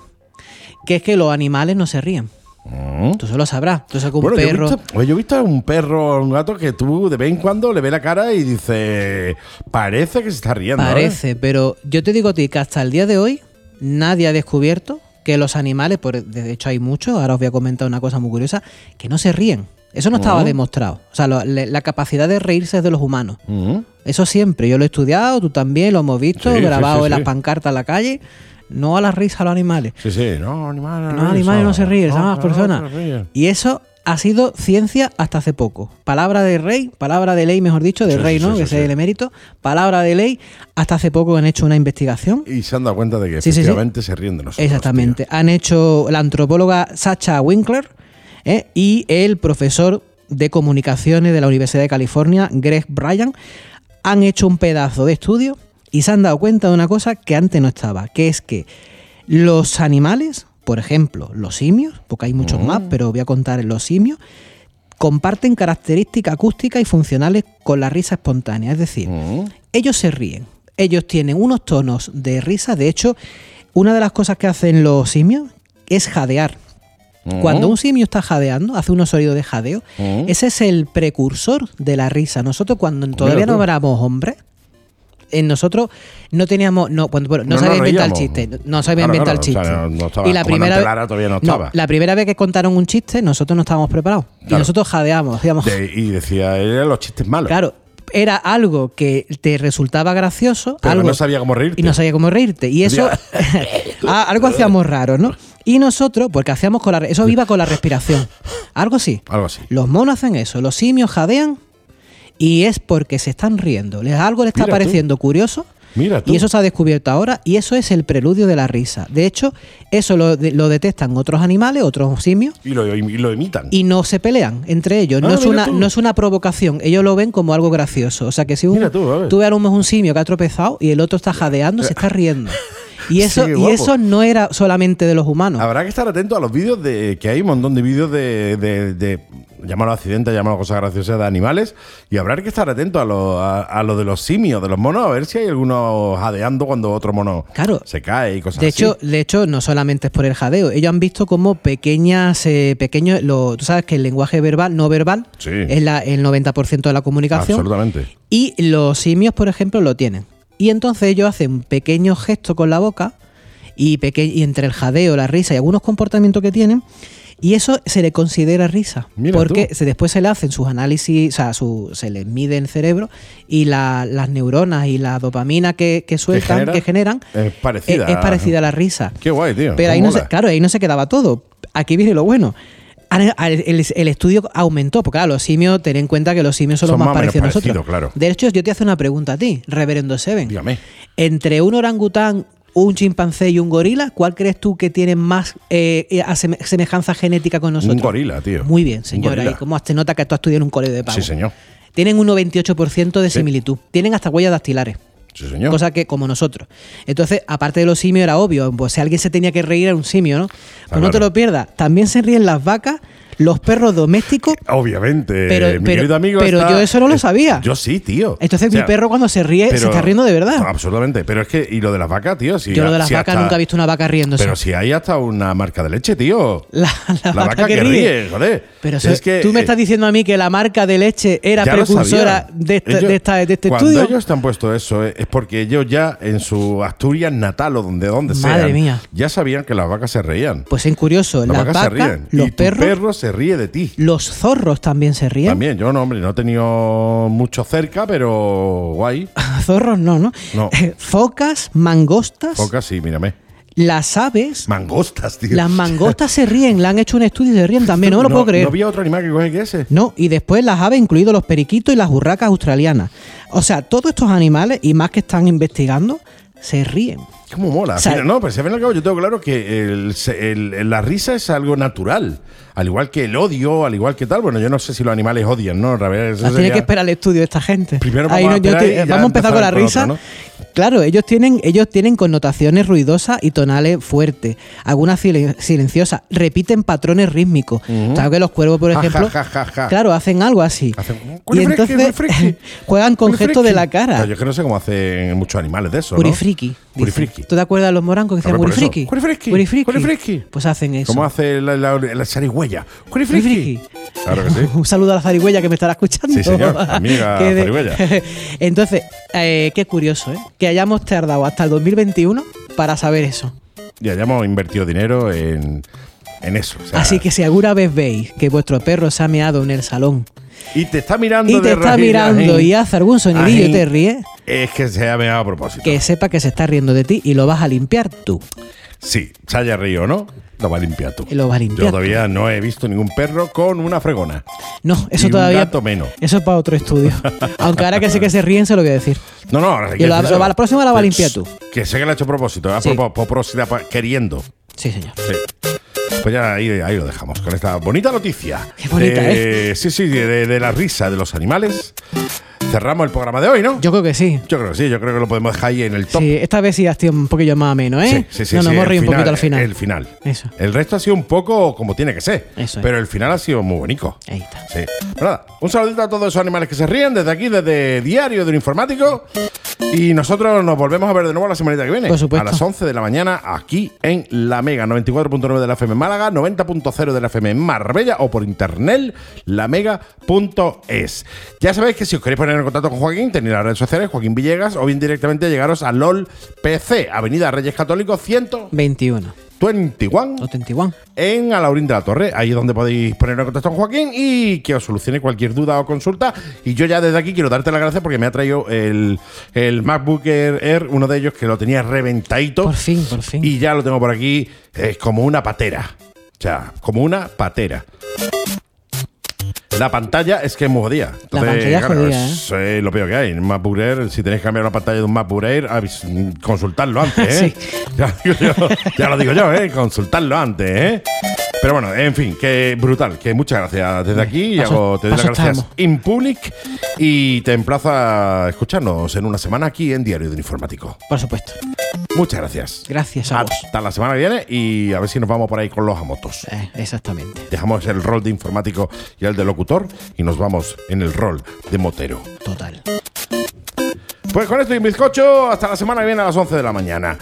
C: que es que los animales no se ríen.
B: Mm.
C: Tú solo sabrás. Tú sacas un
B: Bueno,
C: perro.
B: Yo he, visto, oye, yo he visto a un perro o un gato que tú de vez en cuando le ve la cara y dice, parece que se está riendo. ¿eh?".
C: Parece, pero yo te digo a ti que hasta el día de hoy nadie ha descubierto que los animales, por, de hecho hay muchos, ahora os voy a comentar una cosa muy curiosa, que no se ríen. Eso no estaba demostrado. O sea, lo- le- la capacidad de reírse es de los humanos.
B: Mm.
C: Eso siempre. Yo lo he estudiado, tú también, lo hemos visto,
B: Sí, sí, sí,
C: grabado en
B: sí.
C: las pancartas en la calle. No a las risas a los animales.
B: Sí, sí, no, animales
C: No, animales no se ríen, son las
B: Ah, no,
C: personas.
B: no se ríen.
C: Y eso ha sido ciencia hasta hace poco. Palabra de rey, palabra de ley, mejor dicho, de
B: Sí, sí,
C: rey,
B: sí,
C: ¿no?
B: sí,
C: que
B: sí.
C: sea el emérito. Palabra de ley. Hasta hace poco han hecho una investigación.
B: Y se han dado cuenta de que
C: Sí, sí, sí.
B: efectivamente se ríen de nosotros.
C: Exactamente. Han hecho la antropóloga Sacha Winkler ¿eh? y el profesor de comunicaciones de la Universidad de California, Greg Bryan, han hecho un pedazo de estudio y se han dado cuenta de una cosa que antes no estaba, que es que los animales, por ejemplo, los simios, porque hay muchos más, pero voy a contar los simios, comparten características acústicas y funcionales con la risa espontánea. Es decir,
B: tío. Mm.
C: ellos se ríen. Ellos tienen unos tonos de risa. De hecho, una de las cosas que hacen los simios es jadear. Cuando un simio está jadeando, hace unos sonidos de jadeo,
B: Mm.
C: ese es el precursor de la risa. Nosotros cuando todavía
B: tú.
C: no éramos hombres, en nosotros no teníamos, no, cuando, bueno, no,
B: No
C: sabía
B: nos
C: inventar el
B: reíamos.
C: chiste, no- no sabía
B: Claro,
C: inventar el
B: claro,
C: chiste.
B: o sea, no- no estaba-
C: y la
B: como
C: primera
B: Dante
C: vez,
B: Lara todavía no estaba.
C: la primera vez que contaron un chiste, nosotros no estábamos preparados y
B: Claro.
C: nosotros jadeamos, hacíamos
B: De- y decía, eran los chistes malos.
C: Claro, era algo que te resultaba gracioso,
B: Pero
C: algo
B: no sabía cómo reírte.
C: y no sabía cómo reírte y eso
B: Ya.
C: Ah, algo hacíamos raro, ¿no? Y nosotros, porque hacíamos con la re- eso iba con la respiración, algo así.
B: Algo así.
C: Los monos hacen eso, los simios jadean y es porque se están riendo. Les algo les está
B: Mira tú.
C: pareciendo curioso.
B: Mira tú.
C: Y eso se ha descubierto ahora y eso es el preludio de la risa. De hecho, eso lo, de- lo detectan otros animales, otros simios,
B: Y lo, y lo imitan.
C: y no se pelean entre ellos.
B: Ah,
C: no, es
B: mira
C: una,
B: tú.
C: no es una provocación. Ellos lo ven como algo gracioso. O sea que si un,
B: Mira tú, a ver.
C: tú ves a lo mejor un simio que ha tropezado y el otro está jadeando, se está riendo. Y eso,
B: Sí,
C: y
B: guapo. Ah,
C: eso no era solamente de los humanos.
B: Habrá que estar atento a los vídeos de que hay un montón de vídeos de, de, de llamarlo accidentes, llamarlo cosas graciosas de animales. Y habrá que estar atento a lo, a, a lo de los simios, de los monos, a ver si hay alguno jadeando cuando otro mono
C: Claro.
B: se cae y cosas
C: De
B: así.
C: hecho, de hecho, no solamente es por el jadeo. Ellos han visto como pequeñas, eh, pequeños, lo- tú sabes que el lenguaje verbal, no verbal,
B: Sí.
C: es la, el 90% de la comunicación.
B: absolutamente.
C: Y los simios, por ejemplo, lo tienen. Y entonces ellos hacen pequeños gestos con la boca y, peque- y entre el jadeo, la risa y algunos comportamientos que tienen. Y eso se le considera risa.
B: Mira
C: porque
B: tú.
C: se- después se le hacen sus análisis, o sea, su- se les mide el cerebro y la- las neuronas y la dopamina que, que sueltan,
B: genera?
C: que generan, eh,
B: Es parecida.
C: es- es parecida a la risa.
B: Qué guay, tío.
C: Pero ahí no
B: Mola.
C: se, claro, ahí no se quedaba todo. Aquí viene lo bueno. Al- al- El, el estudio aumentó, porque claro, los simios, ten en cuenta que los simios son, los
B: Son
C: más,
B: más o menos
C: parecidos a nosotros.
B: parecidos, claro.
C: De hecho, yo te hago una pregunta a ti, Reverendo Seven.
B: Dígame.
C: Entre un orangután, un chimpancé y un gorila, ¿cuál crees tú que tiene más eh, eh, aseme- semejanza genética con nosotros?
B: Un gorila, tío.
C: Muy bien,
B: Un
C: señora.
B: gorila.
C: Y cómo te nota que tú has estudiado en un colegio de pago.
B: Sí, señor.
C: Tienen un 98% de
B: Sí.
C: similitud. Tienen hasta huellas dactilares.
B: Sí, señor.
C: Cosa que como nosotros. Entonces, aparte de los simios, era obvio. Pues si alguien se tenía que reír era un simio, ¿no? Pues no te
B: Ah, claro.
C: lo pierdas. También se ríen las vacas, los perros domésticos.
B: Obviamente,
C: Pero-
B: mi
C: pero-
B: querido amigo.
C: pero
B: está-
C: yo eso no lo
B: es-
C: sabía.
B: Yo sí, tío.
C: Entonces
B: O sea,
C: mi perro cuando se ríe, se
B: pero- Ah,
C: está riendo de verdad.
B: Absolutamente. Pero es que, y lo de las vacas, tío. Si,
C: Yo lo de las
B: si
C: vacas
B: ah, hasta-
C: nunca he visto una vaca riéndose.
B: Pero si hay hasta una marca de leche, tío.
C: La, la vaca, que, ríe.
B: joder.
C: Pero
B: Si
C: eso- tú me estás diciendo a mí que la marca de leche era
B: eh, Ya lo
C: precursora
B: sabía.
C: de, esta-
B: Ellos-
C: de esta- de este
B: cuando
C: estudio.
B: ellos te han puesto eso eh, es porque ellos ya en su Asturias natal o donde donde
C: Madre
B: sean,
C: mía.
B: ya sabían que las vacas se reían.
C: Pues es curioso,
B: las
C: las
B: vacas, se
C: vacas,
B: ríen
C: los
B: y
C: perros,
B: tu perro se ríe de ti.
C: los zorros también se ríen.
B: También, yo no, hombre, no he tenido mucho cerca, pero guay.
C: Zorros no, ¿no?
B: No.
C: Focas, mangostas,
B: Pocas sí, mírame.
C: las aves,
B: Mangostas, tío.
C: las mangostas se ríen, le han hecho un estudio y se ríen también, no me lo puedo creer.
B: No había otro animal que coge que ese.
C: No, y después las aves, incluidos los periquitos y las urracas australianas. O sea, todos estos animales y más que están investigando, se ríen.
B: ¿Cómo mola?
C: O sea,
B: Mira, no, pero si al fin y al cabo yo tengo claro que el- se- el- la risa es algo natural. Al igual que el odio, al igual que tal. Bueno, yo no sé si los animales odian, ¿no? A ver, eso
C: La tiene
B: sería-
C: que esperar el estudio esta gente.
B: Primero vamos a
C: yo
B: esperar
C: estoy-
B: y ya
C: vamos a empezar con la
B: empezaremos
C: risa.
B: con otro,
C: Claro, ellos tienen, ellos tienen connotaciones ruidosas y tonales fuertes, algunas silen- silenciosas, repiten patrones rítmicos. ¿Sabes que los cuervos, por
B: Ja, ja,
C: ejemplo,
B: ja, ja, ja.
C: claro, hacen algo así?
B: Hacen-
C: y entonces juegan con gestos de la cara.
B: No, yo es que no sé cómo hacen muchos animales de eso. ¿no?
C: Curifriki. dicen.
B: Curifriki.
C: ¿Tú te acuerdas de los morancos que
B: Claro, por
C: decían
B: eso.
C: curifriki?
B: Curifriki, curifriki.
C: Pues hacen eso.
B: ¿Cómo hace la, la, la zarigüeya? Curifriki.
C: Curifriki.
B: Claro que sí.
C: Un saludo a la zarigüeya que me estará escuchando.
B: Sí, señor. Amiga
C: Que
B: zarigüeya.
C: Entonces, eh, qué curioso, ¿eh? Que hayamos tardado hasta el 2021 para saber eso.
B: Y hayamos invertido dinero en, en eso. o sea,
C: Así que si alguna vez veis que vuestro perro se ha meado en el salón
B: Y te está mirando
C: y te
B: de ¿eh?
C: está
B: rejilla,
C: mirando
B: ajín.
C: y hace algún sonidillo y
B: Ajín.
C: te ríes,
B: Es que se ha meado a propósito.
C: que sepa que se está riendo de ti y lo vas a limpiar tú.
B: Sí, se haya río, ¿no? Lo va a limpiar tú.
C: Lo va a limpiar
B: Yo
C: tú.
B: todavía no he visto ningún perro con una fregona.
C: No,
B: Y
C: eso
B: un
C: todavía.
B: gato menos.
C: Eso es para otro estudio. Aunque ahora que sé que se ríen, se lo voy a decir.
B: No, no, ahora sí
C: Y
B: que
C: lo-
B: decírselo.
C: lo- la próxima la va a limpiar tú.
B: Que sé que la ha hecho a propósito, ¿eh? a
C: Sí.
B: propó- propósito, pa- queriendo.
C: Sí, señor.
B: Sí. Pues ya ahí, ahí lo dejamos con esta bonita noticia.
C: Qué bonita, ¿eh?
B: De- Sí, sí, de, de- de la risa de los animales. Cerramos el programa de hoy, ¿no?
C: Yo creo que sí.
B: Yo creo que sí, yo creo que lo podemos dejar ahí en el top.
C: Sí, esta vez sí has sido un poquillo más ameno, ¿eh?
B: Sí, sí, sí,
C: no, nos
B: sí,
C: hemos
B: el
C: reído un poquito al final.
B: El final.
C: Eso.
B: El resto ha sido un poco como tiene que ser.
C: Eso es.
B: Pero el final ha sido muy bonito.
C: Ahí está.
B: Sí. Pero Nada, un saludito a todos esos animales que se ríen desde aquí, desde Diario del Informático. Y nosotros nos volvemos a ver de nuevo la semanita que viene.
C: Por supuesto.
B: A las 11 de la mañana aquí en La Mega, 94.9 de la FM en Málaga, 90.0 de la FM en Marbella o por internet lamega.es. Ya sabéis que si os queréis poner en contacto con Joaquín, tenéis las redes sociales Joaquín Villegas o bien directamente llegaros a LOL PC, Avenida Reyes Católicos
C: 21.
B: 121
C: 81.
B: en Alaurín de la Torre. Ahí es donde podéis poner en contacto con Joaquín y que os solucione cualquier duda o consulta. Y yo ya desde aquí quiero darte las gracias porque me ha traído el, el MacBook Air, Air, uno de ellos que lo tenía reventadito.
C: Por fin, por fin.
B: Oh. Y ya lo tengo por aquí eh, como una patera. O sea, como una patera. La pantalla es que es muy jodida. Entonces,
C: pantalla es jodida,
B: es, eh, lo peor que hay. En un MacBook Air, si tenéis que cambiar la pantalla de un MacBook Air, avis- consultadlo antes, ¿eh? ya, lo digo yo, ya lo digo yo, ¿eh? Consultadlo antes, ¿eh? Pero bueno, en fin, que brutal, que muchas gracias desde aquí. Y
C: paso-
B: hago, te doy las
C: paso
B: gracias
C: estamos.
B: in public y te emplazo a escucharnos en una semana aquí en Diario del Informático.
C: Por supuesto.
B: Muchas gracias.
C: Gracias a vos.
B: Hasta la semana que viene y a ver si nos vamos por ahí con los amotos.
C: Eh, exactamente.
B: Dejamos el rol de informático y el de locutor y nos vamos en el rol de motero.
C: Total.
B: Pues con esto y un bizcocho, hasta la semana que viene a las 11 de la mañana.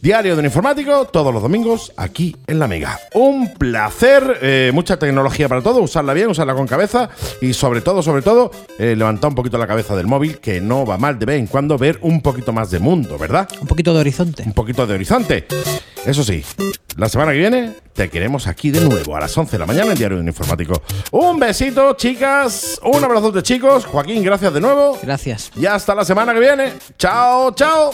B: Diario de un informático, todos los domingos aquí en La Mega. Un placer, eh, mucha tecnología para todo, usarla bien, usarla con cabeza y sobre todo, sobre todo, eh, levantar un poquito la cabeza del móvil, que no va mal de vez en cuando ver un poquito más de mundo, ¿verdad?
C: Un poquito de horizonte.
B: un poquito de horizonte. Eso sí, la semana que viene te queremos aquí de nuevo a las 11 de la mañana en Diario de un Informático. Un besito, chicas. Un abrazote, chicos. Joaquín, gracias de nuevo.
C: Gracias.
B: Y hasta la semana que viene. Chao, chao.